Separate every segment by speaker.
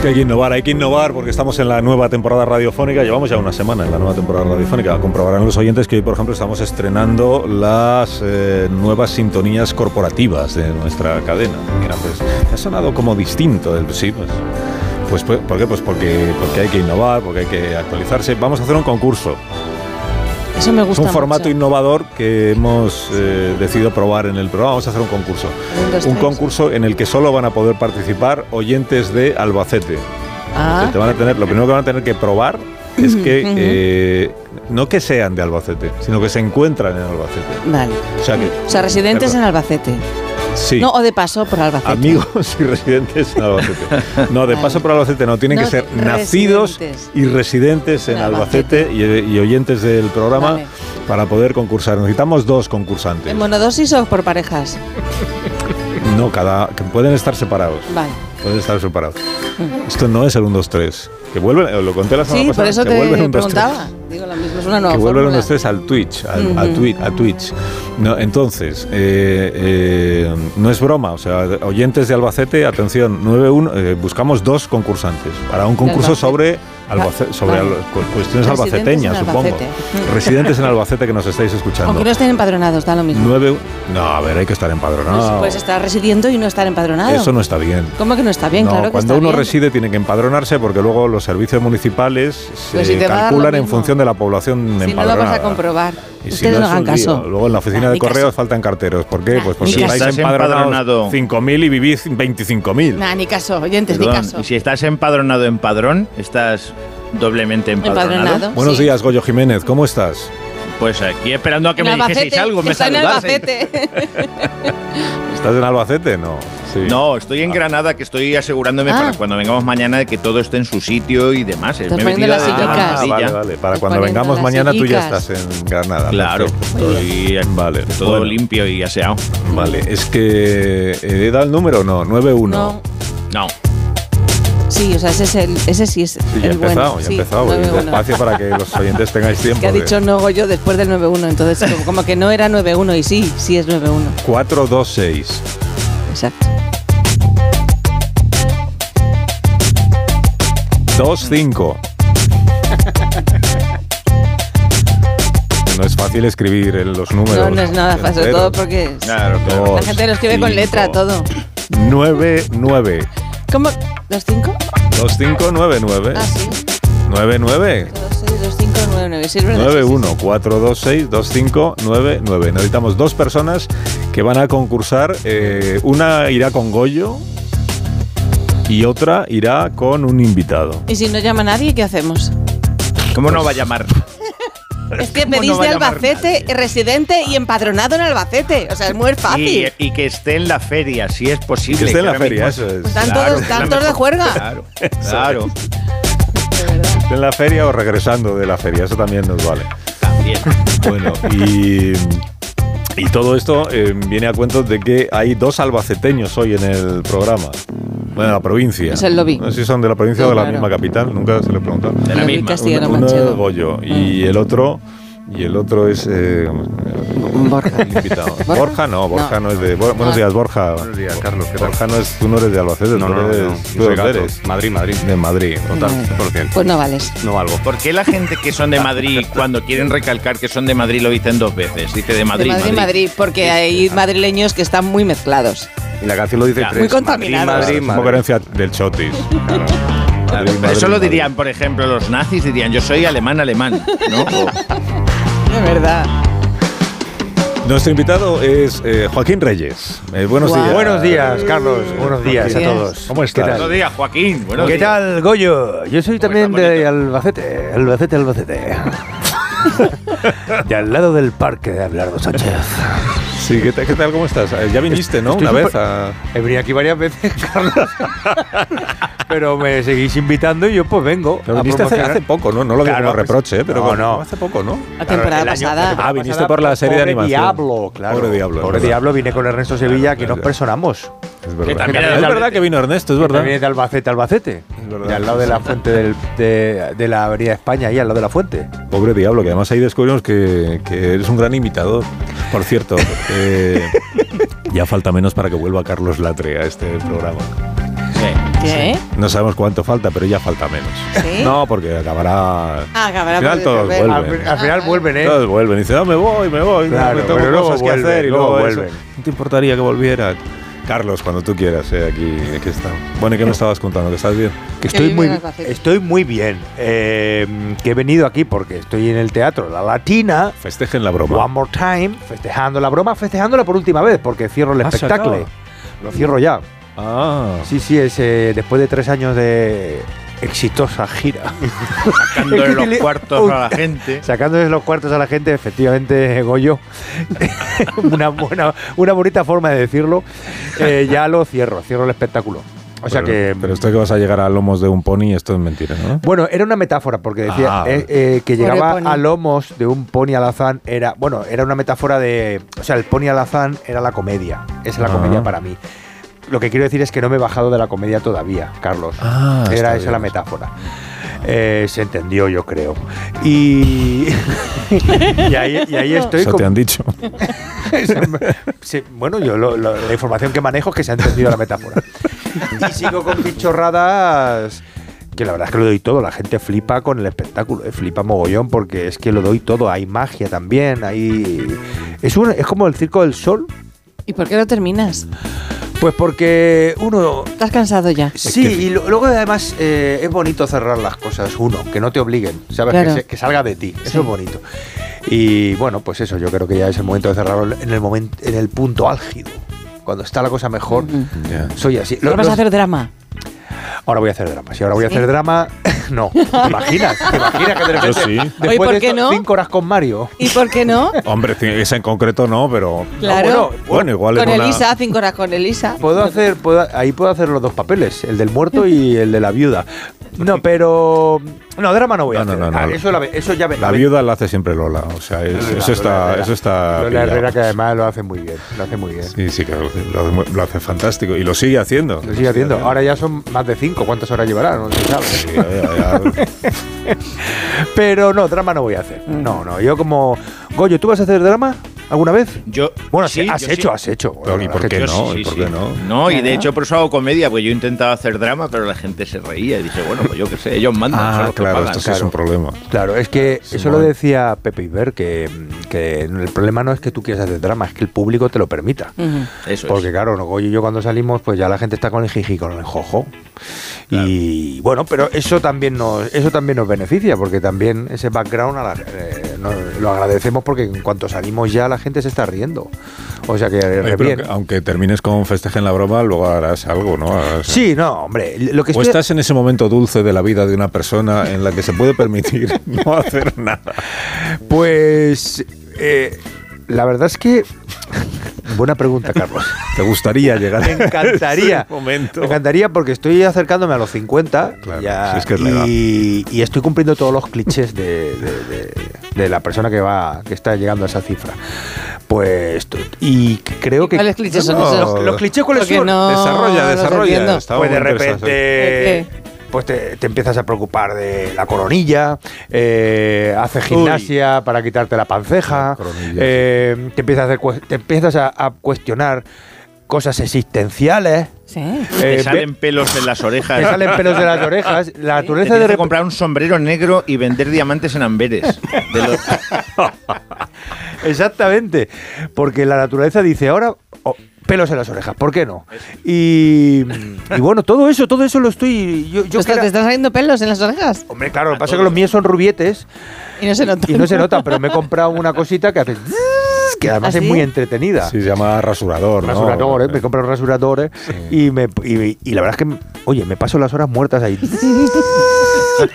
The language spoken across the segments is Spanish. Speaker 1: que hay que innovar, hay que innovar porque estamos en la nueva temporada radiofónica, llevamos ya una semana en la nueva temporada radiofónica, comprobarán los oyentes que hoy, por ejemplo, estamos estrenando las eh, nuevas sintonías corporativas de nuestra cadena. Mira, pues ha sonado como distinto, el, sí, pues, pues, pues, ¿por qué? Pues porque, porque hay que innovar, porque hay que actualizarse. Vamos a hacer un concurso.
Speaker 2: Eso me gusta.
Speaker 1: Es un formato
Speaker 2: mucho.
Speaker 1: innovador que hemos eh, decidido probar en el programa. Vamos a hacer un concurso.
Speaker 2: Un, dos,
Speaker 1: Un
Speaker 2: tres.
Speaker 1: concurso en el que solo van a poder participar oyentes de Albacete.
Speaker 2: Ah,
Speaker 1: Que te van a tener, lo primero que van a tener que probar es que
Speaker 2: Ujú.
Speaker 1: eh, no que sean de Albacete, sino que se encuentran en Albacete.
Speaker 2: vale.
Speaker 1: O sea, que,
Speaker 2: O sea, residentes en Albacete.
Speaker 1: sí,
Speaker 2: No, o de paso por Albacete.
Speaker 1: amigos y residentes en Albacete. No, de
Speaker 2: Vale.
Speaker 1: paso por Albacete no, tienen
Speaker 2: No,
Speaker 1: que ser
Speaker 2: de-
Speaker 1: nacidos
Speaker 2: residentes.
Speaker 1: y residentes en
Speaker 2: En
Speaker 1: Albacete y, y oyentes del programa
Speaker 2: Vale.
Speaker 1: para poder concursar. Necesitamos dos concursantes.
Speaker 2: ¿En monodosis o por parejas?
Speaker 1: No, cada que pueden estar separados.
Speaker 2: Vale.
Speaker 1: Pueden estar separados. Esto no es el 1 2 3, que vuelven, eh, lo conté la semana
Speaker 2: Sí, por
Speaker 1: pasada,
Speaker 2: eso
Speaker 1: que
Speaker 2: te
Speaker 1: vuelven un 2 3.
Speaker 2: preguntaba. Digo lo mismo, es una nueva
Speaker 1: que vuelven
Speaker 2: fórmula.
Speaker 1: los tres al Twitch, al- a,
Speaker 2: Ujú.
Speaker 1: Twi- a Twitch. No, entonces, eh, eh, no es broma, o sea, oyentes de Albacete, atención, 91, eh, buscamos dos concursantes para un concurso
Speaker 2: Albacete.
Speaker 1: sobre, Albace-
Speaker 2: Va-
Speaker 1: sobre
Speaker 2: vale.
Speaker 1: al- cu- cuestiones
Speaker 2: Residentes
Speaker 1: albaceteñas,
Speaker 2: en
Speaker 1: supongo.
Speaker 2: Albacete. Mm.
Speaker 1: Residentes en Albacete que nos estáis escuchando.
Speaker 2: Aunque no estén empadronados, da lo mismo.
Speaker 1: 9 No, a ver, hay que estar
Speaker 2: Pues,
Speaker 1: empadronado.
Speaker 2: pues estar residiendo y no estar empadronado.
Speaker 1: Eso no está bien.
Speaker 2: ¿Cómo que no está bien?
Speaker 1: No,
Speaker 2: claro que
Speaker 1: cuando
Speaker 2: está
Speaker 1: uno
Speaker 2: bien.
Speaker 1: reside tiene que empadronarse porque luego los servicios municipales se
Speaker 2: Pues si te va a dar lo
Speaker 1: calculan en
Speaker 2: mismo.
Speaker 1: función de la población
Speaker 2: Si no
Speaker 1: empadronada.
Speaker 2: lo vas a comprobar.
Speaker 1: Y si
Speaker 2: Ustedes no,
Speaker 1: es
Speaker 2: hagan
Speaker 1: un lío.
Speaker 2: caso.
Speaker 1: Luego en la oficina
Speaker 2: Ah,
Speaker 1: de
Speaker 2: ni
Speaker 1: correos
Speaker 2: caso.
Speaker 1: faltan carteros. ¿Por qué?
Speaker 2: Ah,
Speaker 1: Pues
Speaker 2: ni
Speaker 1: porque
Speaker 2: caso.
Speaker 1: estáis
Speaker 3: Estás
Speaker 1: empadronados
Speaker 3: empadronado.
Speaker 1: 5.000 y vivís 25.000.
Speaker 2: Nah, ni caso, oyentes,
Speaker 3: Perdón,
Speaker 2: ni caso.
Speaker 3: y si estás empadronado en padrón, estás doblemente empadronado.
Speaker 2: Empadronado.
Speaker 1: Buenos
Speaker 2: Sí.
Speaker 1: días, Goyo Jiménez. ¿Cómo estás?
Speaker 3: Pues aquí esperando a que
Speaker 2: En
Speaker 3: me dijeseis
Speaker 2: Albacete,
Speaker 3: algo, me
Speaker 2: está en
Speaker 3: saludaseis.
Speaker 2: Albacete.
Speaker 1: ¿Estás en Albacete? No. Sí.
Speaker 3: No, estoy
Speaker 1: Ah.
Speaker 3: en Granada, que estoy asegurándome
Speaker 2: Ah.
Speaker 3: para cuando vengamos mañana de que todo esté en su sitio y demás. Me he
Speaker 2: poniendo
Speaker 3: metido
Speaker 2: las
Speaker 3: a la
Speaker 2: sillicas.
Speaker 1: Ah, vale, vale.
Speaker 3: pandilla.
Speaker 1: Para cuando
Speaker 2: Estás poniendo
Speaker 1: vengamos
Speaker 2: las
Speaker 1: mañana tú ya
Speaker 2: sillicas.
Speaker 1: estás en Granada.
Speaker 3: Claro,
Speaker 1: Perfecto.
Speaker 3: estoy
Speaker 1: Vale.
Speaker 3: todo
Speaker 1: Bueno,
Speaker 3: limpio y aseado.
Speaker 1: Vale. Es que eh, he dado el número, o no. 9-1.
Speaker 2: No.
Speaker 3: No,
Speaker 2: Sí, o sea, ese, es el, ese sí es
Speaker 1: Sí, ya he
Speaker 2: el bueno.
Speaker 1: empezado, ya he
Speaker 2: sí,
Speaker 1: empezado.
Speaker 2: nueve uno.
Speaker 1: Espacio para que los oyentes tengáis tiempo.
Speaker 2: Que ha
Speaker 1: de-
Speaker 2: dicho no Goyo después del 9-1, entonces como, como que no era 9-1 y sí, sí es 9-1.
Speaker 1: 426.
Speaker 2: Exacto.
Speaker 1: 25. No es fácil escribir en los números.
Speaker 2: No, no es nada fácil, todo porque
Speaker 3: claro,
Speaker 1: No.
Speaker 3: claro.
Speaker 2: la gente lo escribe con
Speaker 1: cinco.
Speaker 2: letra todo.
Speaker 1: 99.
Speaker 2: ¿Cómo? ¿Los 5?
Speaker 1: 2599.
Speaker 2: Ah, sí.
Speaker 1: 99.
Speaker 2: 2, 6, 2, 5, 9, 9. Sí, es verdad.
Speaker 1: 91 426 2599. Necesitamos dos personas que van a concursar. eh, una irá con Goyo y otra irá con un invitado. Pues,
Speaker 2: ¿Y si no llama nadie, qué hacemos?
Speaker 3: ¿Cómo no va a llamar?
Speaker 2: Es que
Speaker 3: ¿Cómo
Speaker 2: pedís
Speaker 3: no va
Speaker 2: de
Speaker 3: a llamar
Speaker 2: Albacete,
Speaker 3: nadie?
Speaker 2: residente y empadronado en Albacete. O sea, es muy
Speaker 3: Y,
Speaker 2: fácil.
Speaker 3: y que esté en la feria, si es posible.
Speaker 1: Que esté en la
Speaker 3: ahora
Speaker 1: feria,
Speaker 3: mismo-
Speaker 1: eso es.
Speaker 2: Están
Speaker 3: Claro,
Speaker 2: todos,
Speaker 3: es la
Speaker 2: están todos de
Speaker 3: mejor.
Speaker 2: juerga.
Speaker 3: Claro, claro.
Speaker 1: ¿En la feria o regresando de la feria? Eso también nos vale.
Speaker 3: También.
Speaker 1: Bueno, y, y todo esto eh, viene a cuento de que hay dos albaceteños hoy en el programa. Bueno, en la provincia.
Speaker 2: Eso lo vi.
Speaker 1: No sé si son de la provincia o de la
Speaker 2: Claro.
Speaker 1: misma capital, nunca se le preguntó.
Speaker 3: De la
Speaker 2: Luis
Speaker 3: misma.
Speaker 2: Castellano
Speaker 1: Uno
Speaker 2: Manchego. Mm.
Speaker 1: es Goyo y el otro... Y el otro es... eh,
Speaker 2: Borja.
Speaker 1: el invitado.
Speaker 2: ¿Borja?
Speaker 1: Borja no, Borja no, es de... Bor- buenos
Speaker 2: No. Ah.
Speaker 1: días, Borja.
Speaker 4: Buenos días, Carlos, ¿qué tal?
Speaker 1: Borja no es... Tú no eres de Albacete,
Speaker 4: No,
Speaker 1: tú
Speaker 4: no, no,
Speaker 1: eres...
Speaker 4: no, no
Speaker 1: ¿tú de
Speaker 4: soy
Speaker 1: dónde
Speaker 4: gato.
Speaker 1: eres?
Speaker 4: Madrid, Madrid.
Speaker 1: De Madrid.
Speaker 4: Total,
Speaker 2: Vale.
Speaker 4: 100%.
Speaker 2: Pues no vales.
Speaker 4: no valgo.
Speaker 3: ¿Por qué la gente que son de Madrid, cuando quieren recalcar que son de Madrid, lo dicen dos veces? Dice de
Speaker 2: De
Speaker 3: Madrid,
Speaker 2: Madrid, Madrid, porque hay madrileños que están muy mezclados.
Speaker 4: Y la canción lo dice
Speaker 3: Ya,
Speaker 4: tres.
Speaker 2: muy contaminado.
Speaker 4: Madrid,
Speaker 1: Es como
Speaker 4: Madrid, Madrid.
Speaker 1: herencia del chotis.
Speaker 3: Claro,
Speaker 1: Madrid,
Speaker 3: pero Eso
Speaker 1: Madrid,
Speaker 3: lo
Speaker 1: Madrid.
Speaker 3: dirían, por ejemplo, los nazis, dirían, yo soy alemán, alemán, ¿no? O-
Speaker 2: De verdad.
Speaker 1: Nuestro invitado es eh, Joaquín Reyes. Eh, buenos
Speaker 2: Guau.
Speaker 1: días.
Speaker 5: Buenos días,
Speaker 1: Eh,
Speaker 5: Carlos. Buenos días a
Speaker 2: Buenos
Speaker 5: todos.
Speaker 1: ¿Cómo estás?
Speaker 5: ¿Qué
Speaker 3: Buenos
Speaker 5: tal?
Speaker 3: días, Joaquín. buenos
Speaker 5: ¿Qué
Speaker 3: días.
Speaker 5: tal, Goyo? Yo soy también
Speaker 3: está
Speaker 5: de
Speaker 3: bonito.
Speaker 5: Albacete, Albacete, Albacete. de al lado del parque de Abelardo Sánchez.
Speaker 1: Sí, ¿qué, tal- qué tal? ¿Cómo estás? Eh, Ya viniste, ¿no?
Speaker 5: Estoy
Speaker 1: Una vez
Speaker 5: súper-
Speaker 1: a...
Speaker 5: He venido aquí varias veces, Carlos. pero me seguís invitando y yo pues vengo.
Speaker 1: Pero
Speaker 5: a
Speaker 1: viniste hace,
Speaker 5: promocionar.
Speaker 1: hace poco, ¿no? No lo digo
Speaker 5: Claro,
Speaker 1: como
Speaker 5: pues-
Speaker 1: reproche, ¿eh? pero
Speaker 5: No,
Speaker 1: bueno,
Speaker 5: no.
Speaker 1: hace poco, ¿no?
Speaker 2: La
Speaker 5: Claro,
Speaker 2: temporada
Speaker 5: el año- la
Speaker 2: pasada.
Speaker 5: temporada
Speaker 1: Ah, viniste
Speaker 5: pasada,
Speaker 1: por la serie de
Speaker 5: Pobre
Speaker 1: animación.
Speaker 5: Diablo, claro.
Speaker 1: Pobre Diablo, es
Speaker 5: Pobre
Speaker 1: verdad.
Speaker 5: Diablo, vine con Ernesto Sevilla, que
Speaker 1: claro,
Speaker 5: nos
Speaker 1: claro.
Speaker 5: personamos.
Speaker 1: Es verdad.
Speaker 3: también
Speaker 1: es
Speaker 3: era-
Speaker 1: verdad que vino Ernesto, es verdad.
Speaker 5: Viene de Albacete, Albacete.
Speaker 1: Es verdad.
Speaker 5: De al lado de la fuente del- de, de la Avenida España, ahí al lado de la fuente.
Speaker 1: Pobre diablo, que además ahí descubrimos que, que eres un gran imitador. Por cierto, eh, ya falta menos para que vuelva Carlos Latre a este programa.
Speaker 3: Sí.
Speaker 2: ¿Qué?
Speaker 1: No sabemos cuánto falta, pero ya falta menos.
Speaker 2: ¿Eh? ¿Sí?
Speaker 1: No, porque acabará...
Speaker 2: Ah, que habrá
Speaker 1: Al final
Speaker 2: podido
Speaker 1: todos
Speaker 2: volver.
Speaker 1: Vuelven.
Speaker 5: Al, fi- al final vuelven, ¿eh?
Speaker 1: Todos vuelven y dicen, no, me voy, me voy,
Speaker 5: Claro,
Speaker 1: me tengo
Speaker 5: pero luego
Speaker 1: cosas que
Speaker 5: vuelven,
Speaker 1: hacer y
Speaker 5: luego
Speaker 1: luego, eso.
Speaker 5: vuelven.
Speaker 1: ¿No te importaría que volvieran? Carlos, cuando tú quieras, eh, aquí, aquí estamos. Bueno, ¿y qué me estabas contando? ¿Que estás bien?
Speaker 5: Que
Speaker 2: Que
Speaker 5: estoy,
Speaker 2: vive
Speaker 5: muy,
Speaker 2: en Albacete.
Speaker 5: estoy muy bien. Eh, que he venido aquí porque estoy en el teatro La Latina.
Speaker 1: Festejen la broma.
Speaker 5: One More Time, festejando la broma, festejándola por última vez, porque cierro el
Speaker 1: Ah, se
Speaker 5: espectáculo.
Speaker 1: acaba.
Speaker 5: Lo cierro ya.
Speaker 1: Ah,
Speaker 5: Sí, sí, es eh, después de tres años de exitosa gira.
Speaker 3: Sacándole
Speaker 5: Es que
Speaker 3: los
Speaker 5: tiene-
Speaker 3: cuartos a la gente.
Speaker 5: Sacándoles los cuartos a la gente, efectivamente, Goyo, una, buena, una bonita forma de decirlo, eh, ya lo cierro, cierro el espectáculo. O sea
Speaker 1: pero-
Speaker 5: que...
Speaker 1: Pero esto que vas a llegar a lomos de un pony, esto es mentira, ¿no?
Speaker 5: Bueno, era una metáfora, porque decía
Speaker 1: Ah.
Speaker 5: eh, eh, que
Speaker 2: Pobre
Speaker 5: llegaba
Speaker 2: pony.
Speaker 5: a lomos de un pony alazán, era, bueno, era una metáfora de, o sea, el pony alazán era la comedia, es la
Speaker 1: Ah.
Speaker 5: comedia para mí. Lo que quiero decir es que no me he bajado de la comedia todavía, Carlos.
Speaker 1: Ah, está
Speaker 5: era
Speaker 1: bien.
Speaker 5: esa la metáfora. Eh, se entendió, yo creo. Y, y, ahí, y ahí estoy.
Speaker 1: Eso
Speaker 5: con-
Speaker 1: te han dicho.
Speaker 5: Sí, bueno, yo lo- lo- la información que manejo es que se ha entendido la metáfora. Y sigo con mis chorradas. Que la verdad es que lo doy todo, la gente flipa con el espectáculo, eh, flipa mogollón porque es que lo doy todo, hay magia también, hay... Es, un- es como el Circo del Sol,
Speaker 2: ¿Y por qué no terminas?
Speaker 5: pues porque uno...
Speaker 2: ¿Estás cansado ya?
Speaker 5: Sí,
Speaker 1: que-
Speaker 5: y lo- luego además eh, es bonito cerrar las cosas, uno, que no te obliguen, ¿sabes?
Speaker 2: Claro.
Speaker 5: Que, se- que salga de ti,
Speaker 2: Sí.
Speaker 5: eso es bonito. Y bueno, pues eso, yo creo que ya es el momento de cerrarlo en el, momento, en el punto álgido, cuando está la cosa mejor.
Speaker 2: Ujú.
Speaker 1: Ya.
Speaker 5: Soy así. Lo-
Speaker 2: Ahora vas a
Speaker 5: los-
Speaker 2: hacer drama.
Speaker 5: Ahora voy a hacer drama. Si ahora voy a
Speaker 2: ¿Sí?
Speaker 5: hacer drama, no. ¿Te imaginas? ¿Te imaginas que de repente,
Speaker 1: Yo sí.
Speaker 5: después
Speaker 2: Oye, ¿por
Speaker 5: de
Speaker 2: qué
Speaker 5: esto,
Speaker 2: no?
Speaker 5: cinco horas con Mario?
Speaker 2: ¿Y por qué no?
Speaker 1: Hombre, c- esa en concreto no, pero...
Speaker 2: Claro.
Speaker 5: bueno,
Speaker 1: Bueno, igual
Speaker 2: con
Speaker 1: en una...
Speaker 2: Elisa, cinco horas con Elisa.
Speaker 5: Puedo hacer, puedo- ahí puedo hacer los dos papeles, el del muerto y el de la viuda. No, pero no drama no voy a
Speaker 1: No, no, no,
Speaker 5: hacer.
Speaker 1: no.
Speaker 5: Ah, eso, la ve- eso ya ve-
Speaker 1: La
Speaker 5: ve-
Speaker 1: viuda la hace siempre Lola, o sea, es-
Speaker 5: Lola,
Speaker 1: eso
Speaker 5: Lola
Speaker 1: está...
Speaker 5: Herrera.
Speaker 1: Eso está
Speaker 5: Lola Herrera
Speaker 1: pillado.
Speaker 5: que además lo hace muy bien, lo hace muy bien.
Speaker 1: Sí, sí, que lo, lo- lo hace fantástico. Y lo sigue haciendo.
Speaker 5: Lo sigue haciendo. Ahora ya son más de cinco, ¿cuántas horas llevará? No se sabe.
Speaker 1: Sí, ya, ya, ya.
Speaker 5: Pero no, drama no voy a hacer.
Speaker 3: Mm.
Speaker 5: No, no. Yo como Goyo, ¿tú vas a hacer drama alguna vez?
Speaker 3: Yo,
Speaker 5: Bueno,
Speaker 3: sí,
Speaker 5: has
Speaker 3: yo
Speaker 5: hecho,
Speaker 3: sí.
Speaker 5: has hecho.
Speaker 1: Pero, ¿y por
Speaker 5: Has
Speaker 1: qué
Speaker 5: hecho.
Speaker 1: no? ¿Y por qué no?
Speaker 3: y de hecho por eso hago comedia, porque yo intentaba hacer drama, pero la gente se reía y dije, bueno, pues yo qué sé, ellos mandan. son
Speaker 1: Ah,
Speaker 3: los que
Speaker 1: claro,
Speaker 3: pagan.
Speaker 1: esto sí es un problema.
Speaker 5: Claro, es que
Speaker 1: Sí,
Speaker 5: eso
Speaker 1: bueno.
Speaker 5: lo decía Pepe Iber, que, que el problema no es que tú quieras hacer drama, es que el público te lo permita.
Speaker 2: Ujú.
Speaker 3: Eso
Speaker 5: Porque
Speaker 3: es.
Speaker 5: claro, no, Goyo y yo cuando salimos, pues ya la gente está con el jiji, con el jojo. Y bueno, pero eso también nos eso también nos beneficia, porque también ese background a la- eh, nos- lo agradecemos porque en cuanto salimos ya la gente se está riendo. O sea que
Speaker 1: Oye,
Speaker 5: re
Speaker 1: pero
Speaker 5: bien.
Speaker 1: que- ah, aunque termines con festejen la broma, luego harás algo, ¿no? Harás-
Speaker 5: Sí, no, hombre, lo que
Speaker 1: O
Speaker 5: estoy-
Speaker 1: estás en ese momento dulce de la vida de una persona en la que se puede permitir no hacer nada.
Speaker 5: pues eh, la verdad es que buena pregunta, Carlos.
Speaker 1: ¿Te gustaría llegar a
Speaker 5: Me encantaría.
Speaker 1: ese momento?
Speaker 5: Me encantaría porque estoy acercándome a los 50
Speaker 1: Claro,
Speaker 5: ya,
Speaker 1: si es que es la edad.
Speaker 5: y, y estoy cumpliendo todos los clichés de, de- de- de la persona que va que está llegando a esa cifra. Pues t- y creo que
Speaker 2: ¿Cuáles clichés son
Speaker 1: No,
Speaker 2: esos?
Speaker 5: los, los clichés cuáles
Speaker 2: Porque
Speaker 5: son?
Speaker 2: no
Speaker 1: desarrolla,
Speaker 2: los
Speaker 1: desarrolla.
Speaker 2: entiendo.
Speaker 1: Estaba
Speaker 5: pues
Speaker 1: muy
Speaker 5: de
Speaker 1: interesante.
Speaker 5: repente
Speaker 2: ¿El
Speaker 5: pues te, te empiezas a preocupar de la coronilla, eh, haces gimnasia para quitarte la
Speaker 1: La
Speaker 5: panceja,
Speaker 1: coronilla,
Speaker 5: Ah, eh, te empiezas a, hacer cue- te empiezas a- a cuestionar cosas existenciales.
Speaker 2: Sí.
Speaker 5: Eh,
Speaker 3: Te
Speaker 5: ve-
Speaker 3: salen pelos en las orejas.
Speaker 5: te salen pelos de las orejas.
Speaker 3: Te
Speaker 5: La naturaleza
Speaker 3: tienes
Speaker 5: de
Speaker 3: que
Speaker 5: rep-
Speaker 3: comprar un sombrero negro y vender diamantes en Amberes. De los-
Speaker 5: Exactamente. Porque la naturaleza dice ahora oh, pelos en las orejas. ¿Por qué no? Y, y bueno, todo eso, todo eso lo estoy. Yo, yo
Speaker 2: Ostras, ¿Te
Speaker 5: que era-
Speaker 2: están saliendo pelos en las orejas?
Speaker 5: Hombre, claro, lo que pasa es que los míos son rubietes
Speaker 2: Y no se nota.
Speaker 5: y no se nota, pero me he comprado una cosita que hace. zzzz, que además
Speaker 2: ¿Ah,
Speaker 5: es
Speaker 2: sí?
Speaker 5: muy entretenida.
Speaker 1: Sí, se llama rasurador, ¿no?
Speaker 5: Rasuradores, ¿eh? me compro rasuradores y, me, y, y la verdad es que, oye, me paso las horas muertas ahí.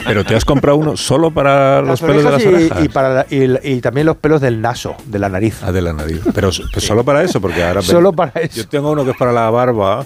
Speaker 1: Pero te has comprado uno solo para los
Speaker 5: Las
Speaker 1: pelos de las
Speaker 5: orejas
Speaker 1: orejas.
Speaker 5: y, y para la- y la- y también los pelos del naso, de la nariz.
Speaker 1: Ah, de la nariz. Pero s- pues solo para eso, porque ahora.
Speaker 5: Solo para eso.
Speaker 1: Yo tengo uno que es para la barba,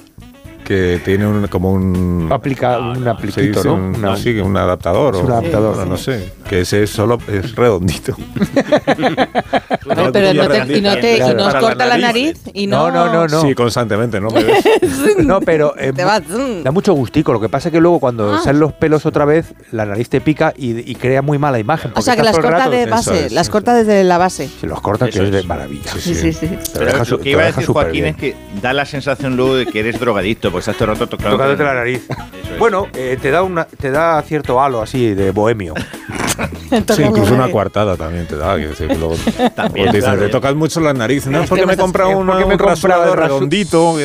Speaker 1: que tiene un, como un.
Speaker 5: Aplica un
Speaker 1: se
Speaker 5: apliquito,
Speaker 1: dice
Speaker 5: ¿no?
Speaker 1: Un,
Speaker 5: Una-
Speaker 1: sí, un adaptador.
Speaker 5: Es
Speaker 1: o-
Speaker 5: un adaptador,
Speaker 1: no,
Speaker 5: sí.
Speaker 1: no sé. Que ese es solo es redondito.
Speaker 2: No, pero no te, y no te y no os
Speaker 1: Para
Speaker 2: corta la nariz y no.
Speaker 5: No, no, no, no.
Speaker 1: Sí, constantemente, ¿no? Pero es-
Speaker 5: No, pero eh,
Speaker 2: Te Ah. vas, mm.
Speaker 5: da mucho gustico. Lo que pasa es que luego cuando salen los pelos otra vez, la nariz te pica y, y crea muy mala imagen.
Speaker 2: O
Speaker 5: porque
Speaker 2: sea que
Speaker 5: estás
Speaker 2: las
Speaker 5: todo el
Speaker 2: corta
Speaker 5: rato-
Speaker 2: de
Speaker 1: eso
Speaker 2: base,
Speaker 1: es,
Speaker 2: las
Speaker 1: eso
Speaker 2: corta desde la base.
Speaker 5: Si los cortas,
Speaker 3: Eso
Speaker 5: que es de
Speaker 3: es.
Speaker 5: maravilla.
Speaker 2: Sí, sí, sí.
Speaker 5: Te
Speaker 3: Pero
Speaker 5: deja
Speaker 3: lo
Speaker 5: su-
Speaker 3: que
Speaker 5: te
Speaker 3: iba a
Speaker 5: deja
Speaker 3: decir
Speaker 5: súper
Speaker 3: Joaquín
Speaker 5: bien.
Speaker 3: es que da la sensación luego de que eres drogadicto, pues estás todo el rato tocando.
Speaker 5: Tocándote la nariz.
Speaker 3: es.
Speaker 5: Bueno, eh, te, da una, te da cierto halo así de bohemio.
Speaker 1: Sí,
Speaker 2: Entonces,
Speaker 1: incluso una
Speaker 2: hombre,
Speaker 1: cuartada también te da. Que decir, que luego,
Speaker 3: También,
Speaker 1: luego te, dicen,
Speaker 3: claro.
Speaker 1: "Te tocas mucho la nariz. No,
Speaker 2: Es
Speaker 1: es porque
Speaker 2: que
Speaker 1: me he
Speaker 2: me
Speaker 1: comprado
Speaker 5: estás-
Speaker 1: un,
Speaker 5: porque
Speaker 1: un
Speaker 5: me he comprado
Speaker 1: rasurador
Speaker 5: el rasu-
Speaker 1: redondito.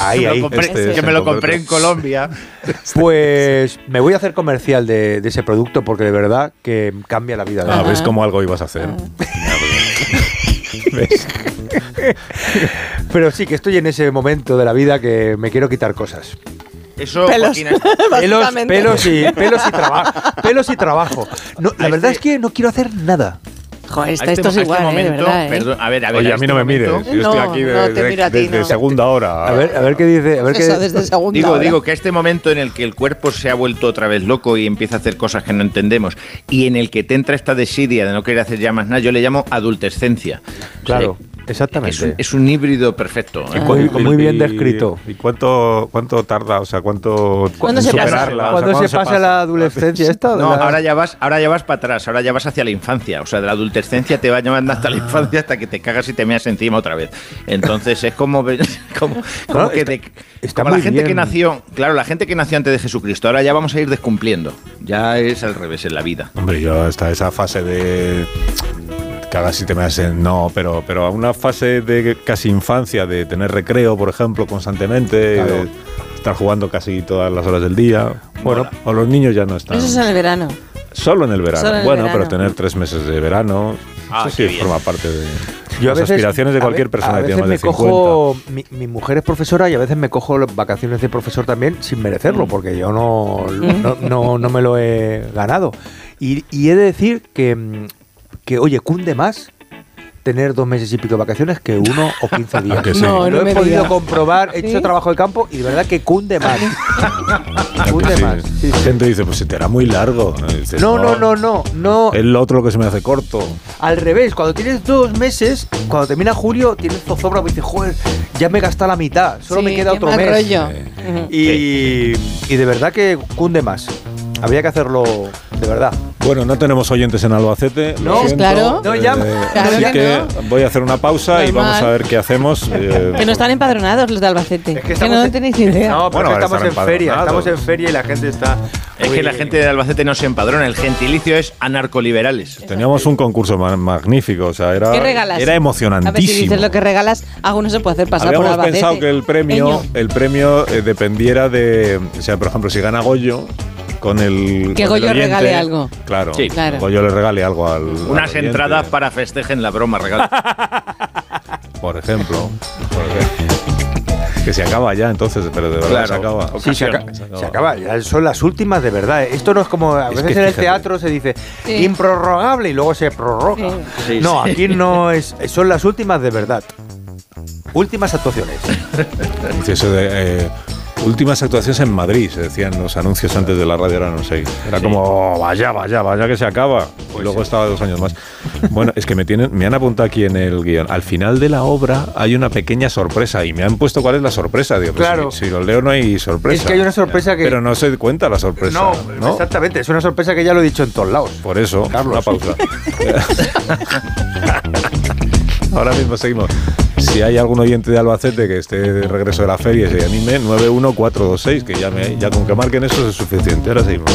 Speaker 5: Ahí,
Speaker 3: Yo me
Speaker 5: ahí.
Speaker 3: lo compré,
Speaker 2: Este es
Speaker 3: yo me
Speaker 1: en concreto.
Speaker 3: lo compré en Colombia.
Speaker 5: Pues me voy a hacer comercial de, de ese producto porque de verdad que cambia la vida. de
Speaker 1: Ah,
Speaker 5: alguien.
Speaker 1: ves cómo algo ibas a
Speaker 2: Ah.
Speaker 1: hacer. ¿Ves?
Speaker 5: Pero sí, que estoy en ese momento de la vida que me quiero quitar cosas.
Speaker 3: Eso,
Speaker 2: Pelos.
Speaker 3: Joaquín,
Speaker 5: Pelos,
Speaker 2: básicamente.
Speaker 5: pelos y, pelos y trabajo. Pelos y trabajo. No, la
Speaker 3: A
Speaker 5: verdad
Speaker 3: este-
Speaker 5: es que no quiero hacer nada.
Speaker 2: Joder,
Speaker 3: a
Speaker 2: esto, esto es
Speaker 3: este mo- a
Speaker 2: igual, eh, de
Speaker 3: momento,
Speaker 2: verdad. eh.
Speaker 3: perdón, a ver, a ver.
Speaker 1: Oye, a
Speaker 3: este
Speaker 1: mí no me mires.
Speaker 3: momento-
Speaker 1: Yo estoy
Speaker 2: No,
Speaker 1: aquí de,
Speaker 2: no te
Speaker 1: de-
Speaker 2: miro a ti,
Speaker 1: desde
Speaker 2: no.
Speaker 1: segunda hora.
Speaker 3: Ah.
Speaker 5: A ver, a ver qué dice. A ver
Speaker 2: Eso,
Speaker 5: qué-
Speaker 2: desde segunda
Speaker 3: Digo,
Speaker 2: hora.
Speaker 3: digo que este momento en el que el cuerpo se ha vuelto otra vez loco y empieza a hacer cosas que no entendemos y en el que te entra esta desidia de no querer hacer ya más nada, yo le llamo adultescencia.
Speaker 5: Claro,
Speaker 3: O sea, es, un,
Speaker 5: exactamente.
Speaker 3: es un híbrido perfecto. ¿eh?
Speaker 5: Muy- muy bien
Speaker 1: Y-
Speaker 5: descrito.
Speaker 1: ¿Y cuánto, cuánto tarda? O sea, ¿cuánto
Speaker 2: ¿Cuándo
Speaker 1: en
Speaker 2: se pasa?
Speaker 1: superarla? O sea,
Speaker 5: Cuando se, pasa la adolescencia esta?
Speaker 3: No,
Speaker 5: La-
Speaker 3: ahora ya vas, ahora ya vas para atrás, ahora ya vas hacia la infancia. O sea, de la adultescencia te va llevando hasta
Speaker 5: Ah.
Speaker 3: la infancia hasta que te cagas y te meas encima otra vez. Entonces es como, ve- como, como
Speaker 5: No,
Speaker 3: que
Speaker 5: está-
Speaker 3: de-
Speaker 5: está
Speaker 3: como la
Speaker 5: muy
Speaker 3: gente que
Speaker 5: bien.
Speaker 3: nació, claro, la gente que nació antes de Jesucristo, ahora ya vamos a ir descumpliendo. Ya es al revés en la vida.
Speaker 1: Hombre, yo hasta esa fase de cagas y te me hacen no, pero, pero a una fase de casi infancia, de tener recreo, por ejemplo, constantemente,
Speaker 5: Claro.
Speaker 1: de estar jugando casi todas las horas del día. Bueno,
Speaker 3: Mola.
Speaker 1: o los niños ya no están.
Speaker 2: Eso es en el verano.
Speaker 1: Solo en el verano.
Speaker 2: Solo en el
Speaker 1: bueno,
Speaker 2: verano.
Speaker 1: pero tener tres meses de verano,
Speaker 3: Ah,
Speaker 1: eso
Speaker 3: qué
Speaker 1: sí
Speaker 3: bien.
Speaker 1: forma parte de
Speaker 5: Yo a
Speaker 1: las
Speaker 5: veces-
Speaker 1: aspiraciones de
Speaker 5: a
Speaker 1: cualquier
Speaker 5: ve-
Speaker 1: persona
Speaker 5: a
Speaker 1: que
Speaker 5: veces
Speaker 1: tiene más de
Speaker 5: me
Speaker 1: 50.
Speaker 5: cojo, mi, mi mujer es profesora y a veces me cojo las vacaciones de profesor también sin
Speaker 1: Mm.
Speaker 5: merecerlo, porque yo no, no,
Speaker 2: Mm.
Speaker 5: no- no me lo he ganado. Y, y he de decir que, mm, que, oye, cunde más tener dos meses y pico de vacaciones que uno o 15 días.
Speaker 1: Ah, Que sí.
Speaker 2: No, no
Speaker 5: lo he
Speaker 2: me
Speaker 5: podido
Speaker 2: digas.
Speaker 5: comprobar, he
Speaker 2: ¿Sí?
Speaker 5: hecho trabajo de campo y de verdad que cunde más. cunde
Speaker 1: Sí.
Speaker 5: más. sí,
Speaker 1: La
Speaker 5: sí.
Speaker 1: gente dice, pues se te hará muy largo. Y dices,
Speaker 5: No, no, no, no, no.
Speaker 1: Es lo otro lo que se me hace corto.
Speaker 5: Al revés, cuando tienes dos meses, cuando termina julio, tienes zozobra y dices, joder, ya me he gastado la mitad, solo
Speaker 2: Sí,
Speaker 5: me queda
Speaker 2: qué
Speaker 5: otro
Speaker 2: mal
Speaker 5: mes.
Speaker 2: rollo.
Speaker 1: Sí.
Speaker 2: Ujú.
Speaker 5: Y, y de verdad que cunde más. Habría que hacerlo de verdad.
Speaker 1: Bueno, no tenemos oyentes en Albacete. lo
Speaker 5: No.
Speaker 1: siento. Eh,
Speaker 2: Claro.
Speaker 5: No llama.
Speaker 2: Claro
Speaker 1: así
Speaker 2: que
Speaker 1: que voy a hacer una pausa y
Speaker 2: Normal.
Speaker 1: vamos a ver qué hacemos. eh,
Speaker 2: Que no están empadronados los de Albacete. que,
Speaker 5: estamos
Speaker 2: no,
Speaker 5: en-
Speaker 2: tenéis ni idea.
Speaker 1: Bueno,
Speaker 5: No, pero es que
Speaker 1: ahora
Speaker 5: estamos en
Speaker 1: están
Speaker 5: feria,
Speaker 1: empadronados.
Speaker 5: estamos en feria y la gente está.
Speaker 3: Es
Speaker 5: muy-
Speaker 3: que la gente de Albacete no se empadrona, el gentilicio es anarcoliberales.
Speaker 1: Teníamos un concurso ma- magnífico, o sea, era,
Speaker 2: ¿Qué regalas?
Speaker 1: era
Speaker 2: A ver si
Speaker 1: emocionantísimo.
Speaker 2: dices lo que regalas, alguno se puede hacer pasar por
Speaker 1: Habíamos
Speaker 2: Albacete.
Speaker 1: pensado que el premio,
Speaker 2: Peño.
Speaker 1: el premio eh, dependiera de, o sea, por ejemplo, si gana Goyo con el
Speaker 2: Que
Speaker 1: con el
Speaker 2: Goyo
Speaker 1: oyente,
Speaker 2: regale algo.
Speaker 1: Claro,
Speaker 3: Sí.
Speaker 2: Claro.
Speaker 1: Goyo le regale algo al al
Speaker 3: Unas
Speaker 1: oyente,
Speaker 3: entradas para festejen la broma, regalo.
Speaker 1: por ejemplo, por ejemplo. que se acaba ya entonces, pero de verdad
Speaker 3: Claro.
Speaker 1: se acaba.
Speaker 5: Sí, se, aca-
Speaker 1: Ocasión.
Speaker 5: se acaba. ya Son las últimas de verdad. ¿eh? Esto no es como a
Speaker 1: Es que
Speaker 5: veces en el
Speaker 1: fíjate.
Speaker 5: teatro se dice
Speaker 2: Sí.
Speaker 5: improrrogable y luego se prorroga.
Speaker 3: Sí. Sí,
Speaker 5: no,
Speaker 3: sí.
Speaker 5: aquí no es. Son las últimas de verdad. Últimas actuaciones.
Speaker 1: Sí, eso de, eh, últimas actuaciones en Madrid, se decían los anuncios antes de la radio, ahora no sé. Era como, "Oh, vaya, vaya, vaya que se acaba. y
Speaker 5: Pues
Speaker 1: luego estaba dos años más. Bueno, es que me, tienen, me han apuntado aquí en el guión. Al final de la obra hay una pequeña sorpresa y me han puesto cuál es la sorpresa. Digo, pues,
Speaker 5: Claro.
Speaker 1: Si, si lo leo no hay sorpresa.
Speaker 5: Es que hay una sorpresa que-
Speaker 1: Pero no se cuenta la sorpresa.
Speaker 5: No,
Speaker 1: ¿no?
Speaker 5: exactamente. Es una sorpresa que ya lo he dicho en todos lados.
Speaker 1: Por eso,
Speaker 5: Carlos.
Speaker 1: una pausa. Ahora mismo seguimos. Si hay algún oyente de Albacete que esté de regreso de la feria y se anime, 91426, que llame, ahí. ya con que marquen eso es suficiente. Ahora seguimos.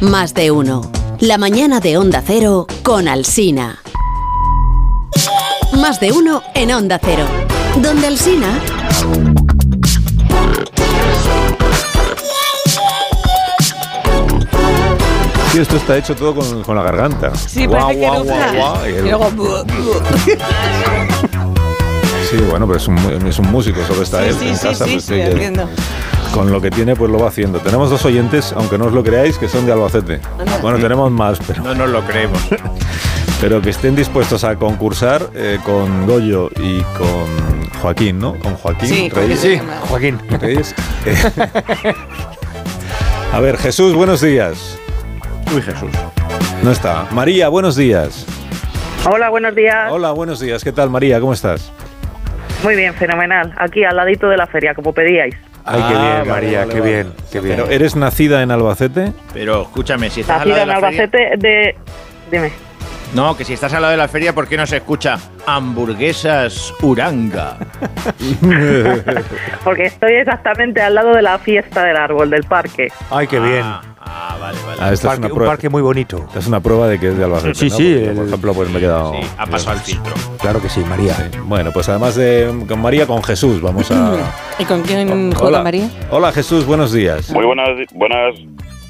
Speaker 4: Más de uno. La mañana de Onda Cero con Alsina. Más de uno en Onda Cero. Donde Alsina.
Speaker 1: Sí, esto está hecho todo con, con la garganta.
Speaker 2: Sí,
Speaker 1: Guau,
Speaker 2: parece que
Speaker 1: guau,
Speaker 2: eructa.
Speaker 1: guau, guau, y el-
Speaker 2: Y luego, bu- bu-
Speaker 1: Sí, bueno, pero es un, es un músico, solo está él
Speaker 2: sí,
Speaker 1: en
Speaker 2: sí, sí,
Speaker 1: casa.
Speaker 2: sí,
Speaker 1: pues,
Speaker 2: sí,
Speaker 1: ella-
Speaker 2: entiendo.
Speaker 1: Con lo que tiene, pues lo va haciendo. Tenemos dos oyentes, aunque no os lo creáis, que son de Albacete. Bueno, tenemos más, pero,
Speaker 3: No nos lo creemos.
Speaker 1: pero que estén dispuestos a concursar eh, con Goyo y con Joaquín, ¿no? Con Joaquín
Speaker 2: Sí,
Speaker 1: Reyes.
Speaker 2: sí.
Speaker 5: Joaquín.
Speaker 1: Reyes. Eh. A ver, Jesús, buenos días.
Speaker 3: Uy, Jesús.
Speaker 1: No está. María, buenos días.
Speaker 6: Hola, buenos días.
Speaker 1: Hola, buenos días. ¿Qué tal, María? ¿Cómo estás?
Speaker 6: Muy bien, fenomenal. Aquí al ladito de la feria, como pedíais.
Speaker 5: Ay, qué
Speaker 1: Ah,
Speaker 5: bien,
Speaker 1: vale,
Speaker 5: María,
Speaker 1: vale,
Speaker 5: qué
Speaker 1: vale.
Speaker 5: bien, qué bien.
Speaker 1: Pero,
Speaker 3: Eh.
Speaker 1: ¿Eres nacida en Albacete?
Speaker 3: Pero escúchame, si estás al
Speaker 6: Nacida
Speaker 3: lado de
Speaker 6: en
Speaker 3: la feria.
Speaker 6: Albacete de... Dime.
Speaker 3: No, que si estás al lado de la feria, ¿por qué no se escucha hamburguesas Uranga?
Speaker 6: Porque estoy exactamente al lado de la fiesta del árbol, del parque.
Speaker 5: Ay, qué bien.
Speaker 3: Ah, ah, vale, vale.
Speaker 1: Ah, esta
Speaker 5: Parque-
Speaker 1: es una
Speaker 5: un
Speaker 1: prueba.
Speaker 5: parque muy bonito.
Speaker 1: Esta es una prueba de que es de Albacete.
Speaker 5: Sí,
Speaker 1: ¿no?
Speaker 5: sí,
Speaker 1: Porque, Por
Speaker 5: el-
Speaker 1: ejemplo, pues me he quedado.
Speaker 3: eh, Sí, ha pasado el filtro.
Speaker 5: Claro que sí, María.
Speaker 1: Sí. Bueno, pues además de con María, con Jesús. Vamos a.
Speaker 2: ¿Y con quién
Speaker 1: Hola.
Speaker 2: juega Mm, María?
Speaker 1: Hola, Jesús, buenos días.
Speaker 7: Muy buenas, buenas,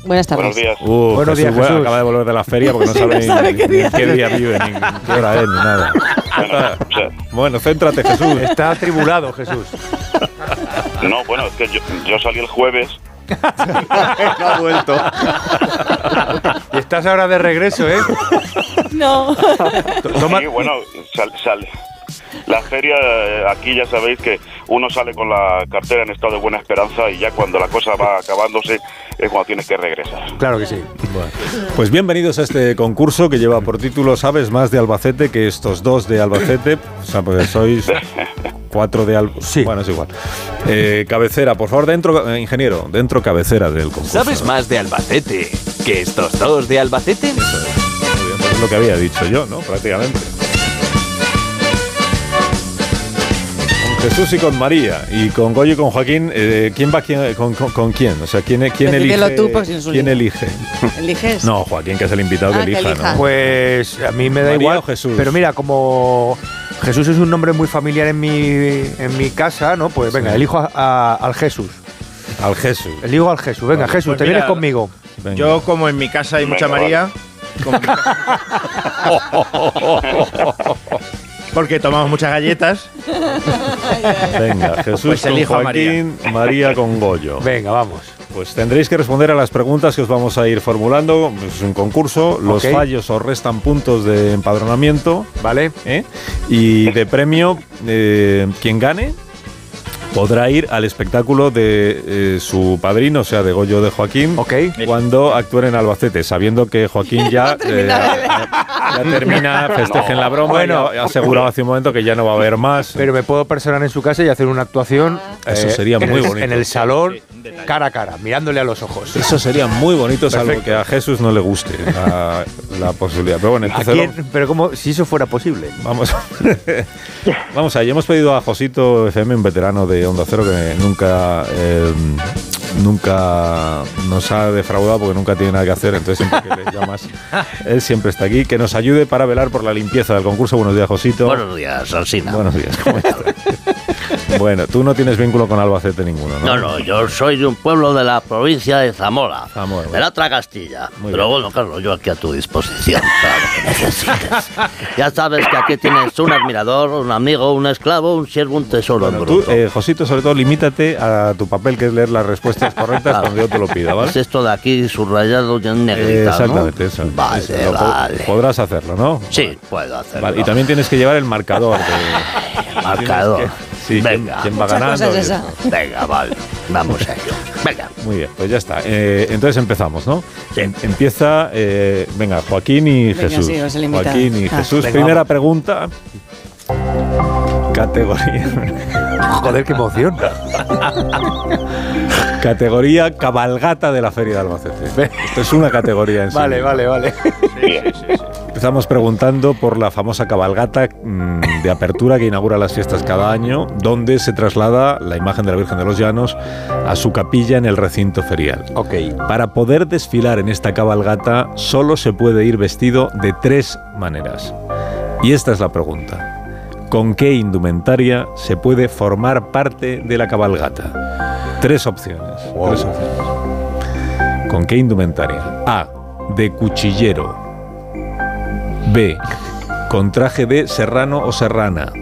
Speaker 2: Buenas tardes.
Speaker 7: buenos días.
Speaker 1: Uh,
Speaker 5: Buenos días,
Speaker 1: bueno,
Speaker 5: Jesús.
Speaker 1: acaba de volver de la feria porque no
Speaker 2: Sí,
Speaker 1: sabe,
Speaker 2: no
Speaker 1: ni-
Speaker 2: sabe qué
Speaker 1: ni
Speaker 2: día
Speaker 1: qué
Speaker 2: es.
Speaker 1: día vive, ni qué hora es, ni nada.
Speaker 7: O sea,
Speaker 1: Bueno, céntrate, Jesús.
Speaker 5: Está atribulado, Jesús.
Speaker 1: Ah.
Speaker 7: no, bueno, es que yo, yo salí el jueves.
Speaker 1: No ha vuelto.
Speaker 5: Y estás ahora de regreso, ¿eh?
Speaker 2: No.
Speaker 5: Toma-
Speaker 7: Sí, bueno, sal- sal- La feria, eh, aquí ya sabéis que uno sale con la cartera en estado de buena esperanza y ya cuando la cosa va acabándose es cuando tienes que regresar.
Speaker 5: Claro que sí.
Speaker 1: Pues bienvenidos a este concurso que lleva por título Sabes más de Albacete que estos dos de Albacete. O sea, porque sois cuatro de Albacete.
Speaker 5: Sí.
Speaker 1: Bueno, es igual. Eh, cabecera, por favor, dentro, eh, ingeniero, dentro cabecera del concurso.
Speaker 8: ¿Sabes más de Albacete que estos dos de Albacete?
Speaker 1: Muy bien, pues es lo que había dicho yo, ¿no? Prácticamente. Con Jesús y con María y con Goyo y con Joaquín, eh, ¿quién va quién- con, con- con quién? O sea, ¿quién, quién
Speaker 2: Decídelo
Speaker 1: elige?
Speaker 2: tú, pues, sin su
Speaker 1: ¿Quién
Speaker 2: lío.
Speaker 1: elige?
Speaker 2: ¿Eliges?
Speaker 1: No, Joaquín, que es el invitado
Speaker 2: Ah,
Speaker 1: que
Speaker 2: que
Speaker 1: elija,
Speaker 2: elija.
Speaker 1: ¿no?
Speaker 5: Pues a mí me da
Speaker 1: María
Speaker 5: igual.
Speaker 1: o Jesús.
Speaker 5: Pero mira, como Jesús es un nombre muy familiar en mi, en mi casa, ¿no? Pues venga,
Speaker 1: Sí.
Speaker 5: elijo a- a- al Jesús.
Speaker 1: Al Jesús.
Speaker 5: Elijo al Jesús. Venga,
Speaker 3: Vale,
Speaker 5: Jesús,
Speaker 3: pues
Speaker 5: te
Speaker 3: mira,
Speaker 5: vienes conmigo.
Speaker 1: Venga.
Speaker 3: Yo, como en mi casa hay mucha
Speaker 7: Venga,
Speaker 3: María. como en mi casa- Porque tomamos muchas galletas.
Speaker 1: Venga, Jesús
Speaker 3: Pues
Speaker 1: con
Speaker 3: elijo a
Speaker 1: Joaquín, María. con Goyo.
Speaker 5: Venga, vamos.
Speaker 1: Pues tendréis que responder a las preguntas que os vamos a ir formulando. Es un concurso. Los
Speaker 5: Ok.
Speaker 1: fallos os restan puntos de empadronamiento.
Speaker 5: ¿Vale?
Speaker 1: ¿eh? Y de premio, eh, quien gane podrá ir al espectáculo de eh, su padrino, o sea, de Goyo de Joaquín.
Speaker 5: Ok.
Speaker 1: Cuando actúen en Albacete, sabiendo que Joaquín ya, eh,
Speaker 2: termina de-
Speaker 1: ya termina, festejen la broma. Bueno,
Speaker 5: Bueno.
Speaker 1: ha asegurado hace un momento que ya no va a haber más.
Speaker 5: Pero me puedo personar en su casa y hacer una actuación.
Speaker 1: Ah.
Speaker 5: eh,
Speaker 1: Eso sería
Speaker 5: en
Speaker 1: muy
Speaker 5: el-
Speaker 1: bonito.
Speaker 5: En el salón,
Speaker 3: Sí, un detalle.
Speaker 5: cara a cara, mirándole a los ojos.
Speaker 1: Eso sería muy bonito, salvo
Speaker 5: Perfecto.
Speaker 1: que a Jesús no le guste la, la posibilidad. Pero bueno,
Speaker 5: ¿A
Speaker 1: entonces
Speaker 5: quién? Pero como si eso fuera posible.
Speaker 1: vamos, vamos ahí. Hemos pedido a Josito FM, un veterano de Onda Cero que nunca, eh, nunca nos ha defraudado porque nunca tiene nada que hacer. Entonces siempre que le llamas, él siempre está aquí. Que nos ayude para velar por la limpieza del concurso. Buenos días, Josito.
Speaker 9: Buenos días, Alsina.
Speaker 1: Buenos días. ¿cómo estás? bueno, tú no tienes vínculo con Albacete ninguno, ¿no?
Speaker 9: No, no, yo soy de un pueblo de la provincia de Zamora,
Speaker 1: Zamora,
Speaker 9: de la otra Castilla.
Speaker 1: Muy
Speaker 9: Pero
Speaker 1: bien.
Speaker 9: bueno, Carlos, yo aquí a tu disposición, para lo que necesites. Ya sabes que aquí tienes un admirador, un amigo, un esclavo, un siervo, un tesoro en
Speaker 1: Bueno, tú,
Speaker 9: bruto.
Speaker 1: eh, Josito, sobre todo, limítate a tu papel, que es leer las respuestas correctas
Speaker 9: Claro.
Speaker 1: cuando yo te lo pida, ¿vale?
Speaker 9: Es esto de aquí subrayado y en negrita,
Speaker 1: Eh,
Speaker 9: ¿no?
Speaker 1: exactamente, eso.
Speaker 9: Vale,
Speaker 1: Eso, lo po-
Speaker 9: vale.
Speaker 1: Podrás hacerlo, ¿no?
Speaker 9: Sí, puedo hacerlo.
Speaker 1: Vale, y también tienes que llevar el marcador. de-
Speaker 9: Marcador.
Speaker 1: Tienes que- sí,
Speaker 9: Venga.
Speaker 1: ¿quién, quién va
Speaker 2: Muchas
Speaker 1: ganando?
Speaker 2: cosas
Speaker 1: y
Speaker 2: esa.
Speaker 1: eso.
Speaker 9: Venga, vale, vamos a ello. Venga.
Speaker 1: Muy bien, pues ya está. Eh, entonces empezamos, ¿no?
Speaker 9: Sí.
Speaker 1: Em- Empieza, eh, venga, Joaquín y
Speaker 2: Venga,
Speaker 1: Jesús.
Speaker 2: sí, os he limitado.
Speaker 1: Joaquín y
Speaker 2: Ah.
Speaker 1: Jesús.
Speaker 5: Venga,
Speaker 1: Primera
Speaker 5: vamos.
Speaker 1: pregunta. Categoría.
Speaker 5: Joder, qué emoción.
Speaker 1: Categoría cabalgata de la Feria de Albacete. Esto es una categoría en sí.
Speaker 5: Vale,
Speaker 1: misma.
Speaker 5: vale, vale.
Speaker 1: Empezamos preguntando por la famosa cabalgata mm, de apertura que inaugura las fiestas cada año, donde se traslada la imagen de la Virgen de los Llanos a su capilla en el recinto ferial.
Speaker 5: Ok.
Speaker 1: Para poder desfilar en esta cabalgata solo se puede ir vestido de tres maneras. Y esta es la pregunta. ¿Con qué indumentaria se puede formar parte de la cabalgata? Tres opciones.
Speaker 5: Wow.
Speaker 1: Tres opciones. ¿Con qué indumentaria? A. De cuchillero. B. Con traje de serrano o serrana.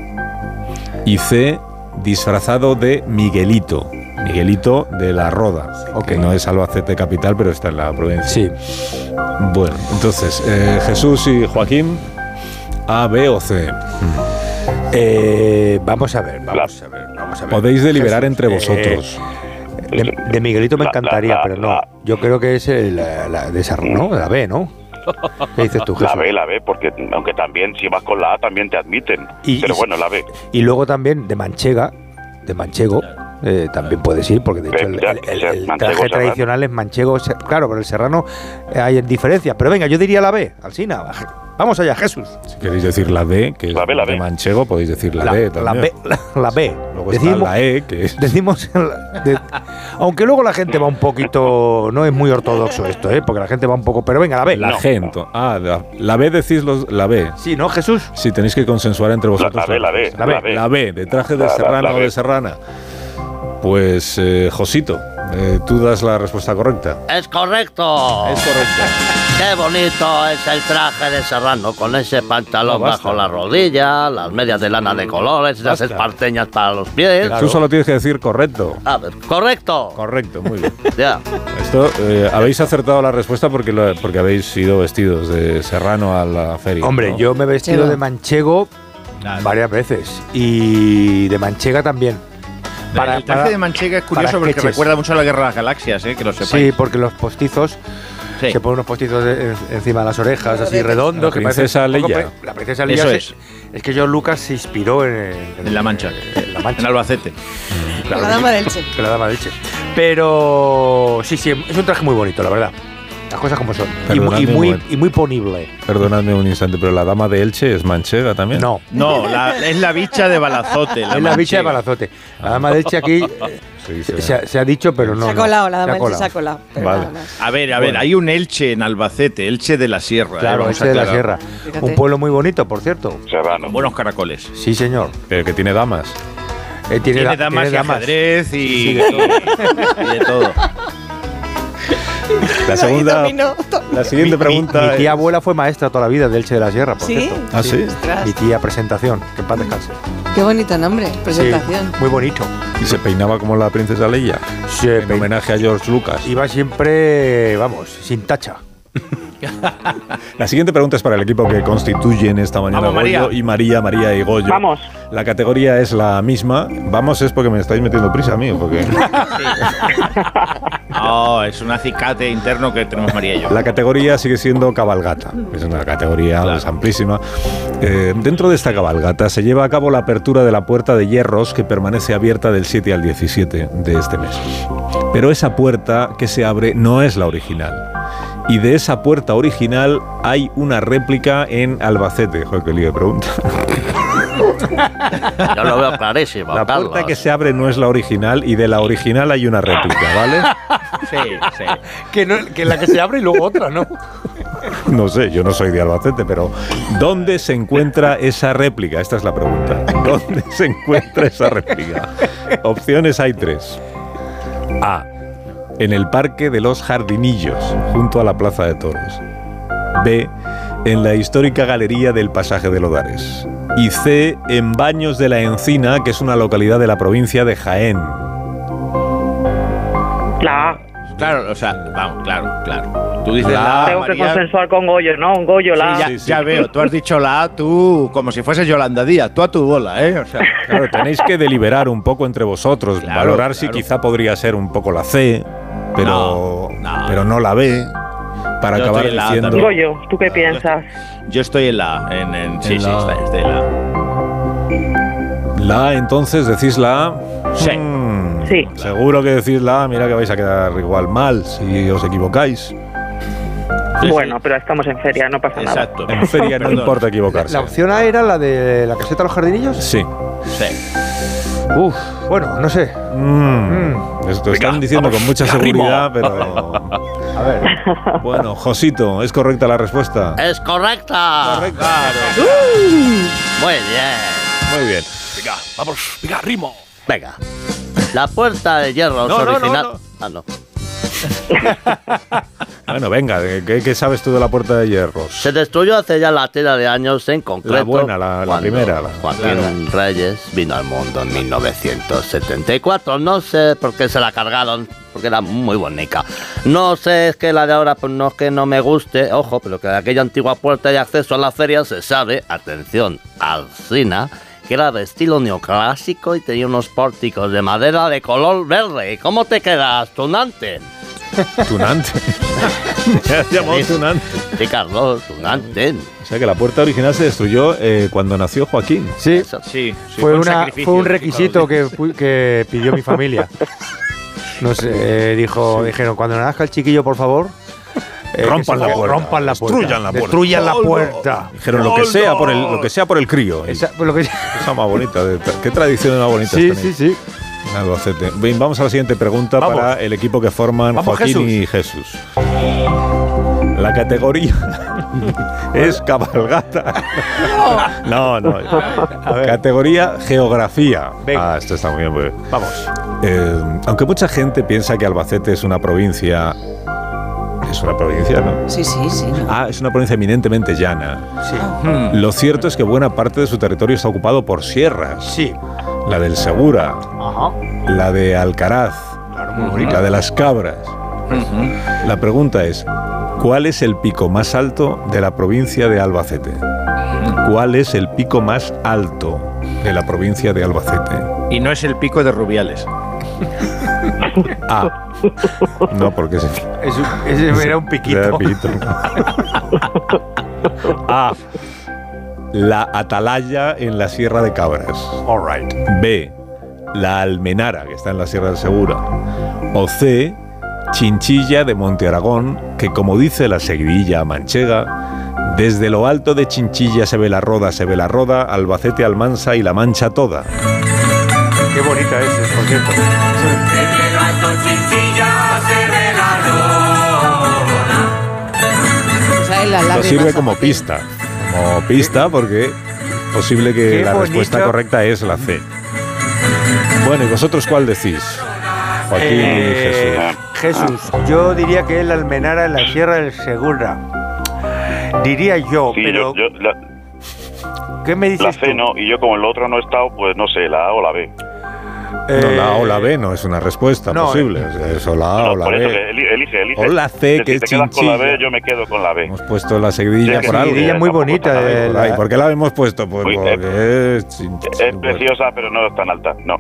Speaker 1: Y C. Disfrazado de Miguelito. Miguelito de la Roda. que no es Albacete capital, pero está en la provincia.
Speaker 5: Sí.
Speaker 1: Bueno, entonces, eh, Jesús y Joaquín, A, B o C.
Speaker 5: Eh, vamos a ver, vamos a ver, vamos a ver.
Speaker 1: Podéis deliberar
Speaker 5: Jesús,
Speaker 1: entre
Speaker 5: eh,
Speaker 1: vosotros.
Speaker 5: de, de Miguelito me
Speaker 7: La- la-
Speaker 5: encantaría,
Speaker 7: la-
Speaker 5: pero no.
Speaker 7: la-
Speaker 5: Yo creo que es el, la, la de esa, ¿no? La B, ¿no? ¿Qué dices tú, Jesús?
Speaker 7: La B, la B, porque aunque también si vas con la A también te admiten.
Speaker 5: Y-
Speaker 7: pero
Speaker 5: y-
Speaker 7: bueno, la B.
Speaker 5: Y luego también de Manchega, de Manchego, eh, también puedes ir, porque de hecho el,
Speaker 7: Eh, Ya,
Speaker 5: el- el-
Speaker 7: ya,
Speaker 5: el
Speaker 7: Manchego,
Speaker 5: traje
Speaker 7: Serrano.
Speaker 5: tradicional es manchego. se- Claro, pero el serrano eh, hay diferencias. Pero venga, yo diría la B, Alsina. Vamos allá, Jesús.
Speaker 1: Si queréis decir la D, que es
Speaker 7: La B, la
Speaker 1: de
Speaker 7: B.
Speaker 1: manchego, podéis decir la, D también.
Speaker 5: la B. La, la B.
Speaker 1: Luego está la E, que es...
Speaker 5: decimos la- de- aunque luego la gente va un poquito. No es muy ortodoxo esto, ¿eh? Porque la gente va un poco. Pero venga, la B.
Speaker 1: La G, ento- Ah, la, la B decís los, la B.
Speaker 5: Sí, ¿no, Jesús?
Speaker 1: Si tenéis que consensuar entre
Speaker 7: La,
Speaker 1: vosotros.
Speaker 7: la B, la B,
Speaker 5: La B,
Speaker 7: la B.
Speaker 1: La B, de traje de
Speaker 7: La- la-
Speaker 1: serrano
Speaker 7: la
Speaker 1: o de
Speaker 7: B.
Speaker 1: serrana. Pues, eh, Josito, eh, tú das la respuesta correcta.
Speaker 9: Es correcto.
Speaker 1: Es correcta.
Speaker 9: Qué bonito es el traje de serrano con ese pantalón
Speaker 1: No, basta.
Speaker 9: bajo la rodilla, las medias de lana de colores, las
Speaker 1: Basta.
Speaker 9: esparteñas para los pies.
Speaker 1: Tú solo tienes que decir correcto.
Speaker 9: A ver, correcto.
Speaker 1: Correcto, muy bien.
Speaker 9: ya.
Speaker 1: Esto eh, habéis acertado la respuesta porque, lo- porque habéis sido vestidos de serrano a la feria.
Speaker 5: Hombre,
Speaker 1: ¿no?
Speaker 5: yo me he vestido
Speaker 2: Cheva.
Speaker 5: de manchego
Speaker 3: Nada.
Speaker 5: varias veces. Y de manchega también. Para-
Speaker 3: el traje
Speaker 5: para-
Speaker 3: de manchega es
Speaker 5: para
Speaker 3: curioso porque
Speaker 5: sketches.
Speaker 3: recuerda mucho a la guerra de las galaxias, eh, que lo sepáis.
Speaker 5: Sí, porque los postizos
Speaker 3: Sí.
Speaker 5: se ponen unos postizos de- en- encima de las orejas, así redondos.
Speaker 1: La
Speaker 5: que
Speaker 1: princesa
Speaker 5: parecen un poco
Speaker 1: Leia.
Speaker 5: pe- La princesa Leia.
Speaker 3: Eso
Speaker 5: se-
Speaker 3: es.
Speaker 5: Es que George Lucas se inspiró en, en-
Speaker 3: En La Mancha.
Speaker 5: En La Mancha.
Speaker 3: En Albacete.
Speaker 5: Claro
Speaker 2: La
Speaker 5: que
Speaker 2: dama
Speaker 5: sí.
Speaker 2: del Che.
Speaker 5: En La dama del Che. Pero sí, sí, es un traje muy bonito, la verdad. Las cosas como son. Y muy, y,
Speaker 1: Perdonadme un
Speaker 5: muy,
Speaker 1: momento.
Speaker 5: y muy ponible.
Speaker 1: Perdonadme un instante, pero la dama de Elche es manchega también.
Speaker 5: No.
Speaker 3: No, la- es la bicha de Balazote.
Speaker 5: es la bicha
Speaker 3: manchega.
Speaker 5: de balazote. La dama del Che aquí eh,
Speaker 1: Sí, sí.
Speaker 5: se, se ha, se ha dicho, pero no.
Speaker 2: se ha
Speaker 5: no,
Speaker 2: colado, la dama
Speaker 5: ha
Speaker 2: del Che se ha
Speaker 5: colado.
Speaker 2: colado. pero
Speaker 1: Vale.
Speaker 2: nada más.
Speaker 3: A ver, a ver,
Speaker 1: Bueno.
Speaker 3: hay un Elche en Albacete, Elche de la Sierra. eh,
Speaker 5: Claro,
Speaker 3: vamos a
Speaker 5: este de la
Speaker 3: aclarar.
Speaker 5: sierra.
Speaker 2: Fíjate.
Speaker 5: Un pueblo muy bonito, por cierto.
Speaker 7: Serrano.
Speaker 3: Con buenos caracoles.
Speaker 5: Sí, señor.
Speaker 1: Pero que tiene damas.
Speaker 5: Eh, tiene,
Speaker 3: Tiene
Speaker 5: da-
Speaker 3: damas
Speaker 5: tiene
Speaker 3: y ajedrez y de todo. Y de todo.
Speaker 1: La
Speaker 2: Ahí
Speaker 1: segunda.
Speaker 2: dominó.
Speaker 1: La siguiente
Speaker 5: Mi-
Speaker 1: pregunta.
Speaker 5: Mi, tía
Speaker 1: es-
Speaker 5: abuela fue maestra toda la vida de Elche de la Sierra, por
Speaker 2: ¿Sí?
Speaker 5: cierto.
Speaker 1: Ah, sí.
Speaker 2: Ostras,
Speaker 5: Mi tía presentación, que en paz descanse.
Speaker 2: Qué bonito nombre, presentación.
Speaker 5: Sí, muy bonito.
Speaker 1: Y se peinaba como la princesa Leia.
Speaker 5: Se
Speaker 1: En homenaje a George Lucas.
Speaker 5: Iba siempre, vamos, sin tacha.
Speaker 1: La siguiente pregunta es para el equipo que constituyen esta mañana
Speaker 3: Vamos,
Speaker 1: Goyo
Speaker 3: María.
Speaker 1: y María, María y Goyo.
Speaker 6: Vamos.
Speaker 1: La categoría es la misma. Vamos es porque me estáis metiendo prisa a mí, porque
Speaker 3: No, es un acicate interno que tenemos María y yo.
Speaker 1: la categoría sigue siendo cabalgata. Es una categoría pues, amplísima. Eh, dentro de esta cabalgata se lleva a cabo la apertura de la puerta de hierros que permanece abierta del 7 al 17 de este mes. Pero esa puerta que se abre no es la original. Y de esa puerta original hay una réplica en Albacete. Joder, qué lío de pregunta.
Speaker 9: Yo lo veo clarísimo.
Speaker 1: La puerta
Speaker 9: Carlos.
Speaker 1: que se abre no es la original y de la original hay una réplica, ¿vale?
Speaker 3: Sí, sí.
Speaker 5: Que, la que se abre y luego otra, ¿no?
Speaker 1: No sé, yo no soy de Albacete, pero ¿dónde se encuentra esa réplica? Esta es la pregunta. ¿Dónde se encuentra esa réplica? Opciones hay tres. A. En el Parque de los Jardinillos, junto a la Plaza de Toros. B. En la histórica Galería del Pasaje de Lodares. Y C. En Baños de la Encina, que es una localidad de la provincia de Jaén.
Speaker 6: La A.
Speaker 3: Claro, o sea, vamos, claro, claro. Tú dices
Speaker 1: La
Speaker 3: la,
Speaker 1: A.
Speaker 3: A,
Speaker 6: Tengo que
Speaker 3: Ah, María.
Speaker 6: consensuar con Goyo, ¿no? Un Goyo,
Speaker 3: Sí,
Speaker 6: la A.
Speaker 3: ya,
Speaker 1: Sí, sí.
Speaker 3: ya veo, tú has dicho la A, tú como si fuese Yolanda Díaz, tú a tu bola, ¿eh? O sea,
Speaker 1: Claro, tenéis que deliberar un poco entre vosotros,
Speaker 3: Claro,
Speaker 1: valorar si
Speaker 3: claro.
Speaker 1: quizá podría ser un poco la C, pero
Speaker 3: No, no.
Speaker 1: pero no la B, para
Speaker 3: Yo
Speaker 1: acabar
Speaker 3: estoy en la A
Speaker 1: diciendo...
Speaker 3: también.
Speaker 6: Goyo, ¿tú qué piensas?
Speaker 3: yo estoy en la A, en, en- sí,
Speaker 1: En
Speaker 3: sí,
Speaker 1: la Ah, A.
Speaker 3: está- estoy en la A.
Speaker 1: La A, entonces decís la A.
Speaker 3: Sí.
Speaker 1: Mm,
Speaker 6: Sí.
Speaker 1: Seguro que decís la A, mira que vais a quedar igual mal si os equivocáis.
Speaker 3: Sí, sí.
Speaker 6: Bueno, pero estamos en feria, no pasa nada.
Speaker 3: Exacto.
Speaker 1: En feria no
Speaker 3: Perdón.
Speaker 1: importa equivocarse.
Speaker 5: La opción A era la de la caseta de los jardinillos.
Speaker 1: Sí.
Speaker 3: Sí.
Speaker 5: Uf, bueno, no sé.
Speaker 1: Mm, Esto están diciendo con mucha seguridad, pero...
Speaker 5: A ver.
Speaker 1: Bueno, Josito, ¿es correcta la respuesta?
Speaker 9: Es correcta.
Speaker 3: Ah,
Speaker 9: Muy bien.
Speaker 1: Muy bien.
Speaker 9: Venga. La puerta de hierro Ah, es
Speaker 1: No, no, no,
Speaker 9: original.
Speaker 1: no.
Speaker 9: Ah, no.
Speaker 1: Bueno, venga, ¿de ¿qué, qué sabes tú de la puerta de hierro?
Speaker 9: Se destruyó hace ya la tira de años en concreto.
Speaker 1: La buena, la- la
Speaker 9: cuando
Speaker 1: primera, la-
Speaker 9: Joaquín Reyes vino al mundo en 1974. No sé por qué se la cargaron, porque era muy bonita. No sé, es que la de ahora pues, no es que no me guste, ojo, pero que de aquella antigua puerta de acceso a la feria se sabe, atención, Alcina, que era de estilo neoclásico y tenía unos pórticos de madera de color verde. ¿Y ¿Cómo te quedas, tunante?
Speaker 1: Tunante. Me has llamado
Speaker 9: Sí.
Speaker 1: Tunante.
Speaker 9: Sí, Carlos, tunante.
Speaker 1: O sea que la puerta original se destruyó eh, cuando nació Joaquín.
Speaker 5: Sí,
Speaker 9: Eso.
Speaker 3: Sí, sí,
Speaker 5: fue,
Speaker 3: un
Speaker 5: una,
Speaker 3: sacrificio,
Speaker 5: fue un
Speaker 3: sí,
Speaker 5: requisito
Speaker 3: claro,
Speaker 5: que, pu- que pidió mi familia. No sé, eh, dijo, dijeron, cuando nazca el chiquillo, por favor. eh,
Speaker 1: Rompan
Speaker 5: que se-
Speaker 1: la puerta.
Speaker 5: Rompan la puerta.
Speaker 1: Destruyan la puerta.
Speaker 5: Destruyan la
Speaker 1: ¡Oh, no!
Speaker 5: puerta.
Speaker 1: Dijeron lo que sea por el, lo que sea por el crío. Y
Speaker 5: Esa- pues lo que-
Speaker 1: Cosa más bonita. de- qué tradición más bonita.
Speaker 5: sí, sí, sí.
Speaker 1: Albacete. Bien, vamos a la siguiente pregunta
Speaker 5: Vamos.
Speaker 1: para el equipo que forman
Speaker 5: Vamos,
Speaker 1: Joaquín y Jesús. La categoría es cabalgata. No, no. Pues Categoría geografía.
Speaker 5: Venga.
Speaker 1: Ah, esto está muy bien. muy bien.
Speaker 5: Vamos.
Speaker 1: Eh, aunque mucha gente piensa que Albacete es una provincia. Es una provincia, ¿no?
Speaker 2: Sí, sí, sí. no.
Speaker 1: Ah, es una provincia eminentemente llana.
Speaker 5: Sí.
Speaker 1: Lo cierto es que buena parte de su territorio está ocupado por sierras.
Speaker 5: Sí.
Speaker 1: La del Segura,
Speaker 5: Ajá.
Speaker 1: la de Alcaraz,
Speaker 5: Claro, muy
Speaker 1: la de las cabras. La pregunta es, ¿cuál es el pico más alto de la provincia de Albacete?
Speaker 5: Mm.
Speaker 1: ¿Cuál es el pico más alto de la provincia de Albacete?
Speaker 3: sí. Y no es el pico de Rubiales.
Speaker 1: A. Ah. No, porque se...
Speaker 5: Es un- es- era un
Speaker 1: Era
Speaker 5: piquito.
Speaker 1: piquito. A. Ah. La atalaya en la Sierra de Cabras.
Speaker 5: All right.
Speaker 1: B. La Almenara, que está en la Sierra del Segura. O C. Chinchilla de Monte Aragón, que como dice la seguidilla manchega, desde lo alto de Chinchilla se ve la roda, se ve la roda, Albacete, Almansa y la Mancha toda.
Speaker 5: Qué bonita es, por cierto.
Speaker 2: O sea, la
Speaker 1: Esto
Speaker 2: lágrima
Speaker 1: sirve
Speaker 2: está
Speaker 1: como
Speaker 2: Joaquín.
Speaker 1: pista. Como pista porque es posible que
Speaker 5: Qué
Speaker 1: la respuesta
Speaker 5: bonito.
Speaker 1: correcta es la C. Bueno, ¿y vosotros cuál decís? Joaquín y
Speaker 5: Eh,
Speaker 1: Jesús.
Speaker 5: Jesús, yo diría que es la Almenara en la Sierra del Segura. Diría yo,
Speaker 7: Sí,
Speaker 5: pero
Speaker 7: yo, yo- la,
Speaker 5: ¿qué me dices
Speaker 7: la C
Speaker 5: tú?
Speaker 7: no, y yo como el otro no he estado, pues no sé, la A o la B.
Speaker 1: No,
Speaker 5: Eh,
Speaker 1: la A o la B no es una respuesta
Speaker 5: no,
Speaker 1: posible. Eso, la A
Speaker 7: No,
Speaker 1: Ah, o la
Speaker 7: por
Speaker 1: B.
Speaker 7: eso que eli- elige, elige.
Speaker 1: O la C,
Speaker 7: Si
Speaker 1: que
Speaker 7: te
Speaker 1: es
Speaker 7: quedas con la B,
Speaker 1: chinchilla.
Speaker 7: yo me quedo con la B.
Speaker 1: Hemos puesto la seguidilla
Speaker 7: Sí,
Speaker 1: por
Speaker 7: sí,
Speaker 1: algo.
Speaker 5: seguidilla muy
Speaker 7: Tampoco
Speaker 5: bonita.
Speaker 7: está
Speaker 5: de
Speaker 7: bien.
Speaker 5: la-
Speaker 1: Ay, ¿Por qué la hemos puesto? Pues
Speaker 7: Uy,
Speaker 1: porque es,
Speaker 7: Es preciosa, pero no es tan alta, no.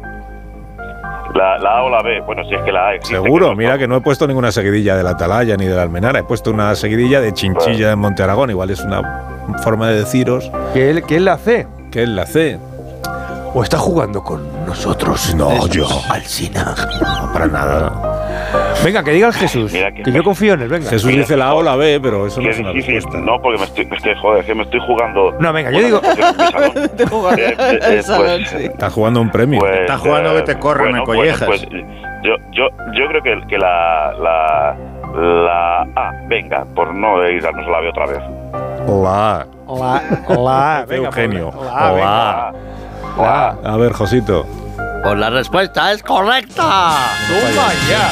Speaker 7: La, la A o la B, bueno, si es que la A existe.
Speaker 1: Seguro, mira que no he puesto ninguna seguidilla de la Atalaya ni de la Almenara, he puesto una seguidilla de Chinchilla de Monte Aragón. Igual es una forma de deciros
Speaker 5: ¿Qué es- qué es la C?
Speaker 1: que es la C.
Speaker 5: ¿O está jugando con nosotros?
Speaker 1: No, yo.
Speaker 5: Alcina.
Speaker 1: No, para nada.
Speaker 5: Venga, que diga el Jesús.
Speaker 7: Mira que-
Speaker 5: que yo confío en él, venga.
Speaker 1: Jesús
Speaker 7: Mira,
Speaker 1: dice la A o la B, pero eso no
Speaker 7: Qué
Speaker 1: es una
Speaker 7: difícil,
Speaker 1: respuesta.
Speaker 7: no, porque me estoy, es que, joder, que me estoy jugando.
Speaker 5: No, venga, yo digo-
Speaker 7: porque es mi salón.
Speaker 2: Te jugaron
Speaker 7: Eh, eh,
Speaker 2: el
Speaker 7: pues,
Speaker 2: salón, sí.
Speaker 1: Está jugando un premio.
Speaker 7: Pues,
Speaker 3: Estás jugando que te corren a collejas.
Speaker 7: pues, yo, yo, yo creo que, que la, la, la A, venga, por no ir darnos la B otra vez.
Speaker 1: La A.
Speaker 5: La, la, venga,
Speaker 1: Eugenio.
Speaker 7: pues,
Speaker 5: por- La,
Speaker 1: La
Speaker 5: venga.
Speaker 1: A. A ver, Josito.
Speaker 9: Pues la respuesta es correcta.
Speaker 5: Toma ya.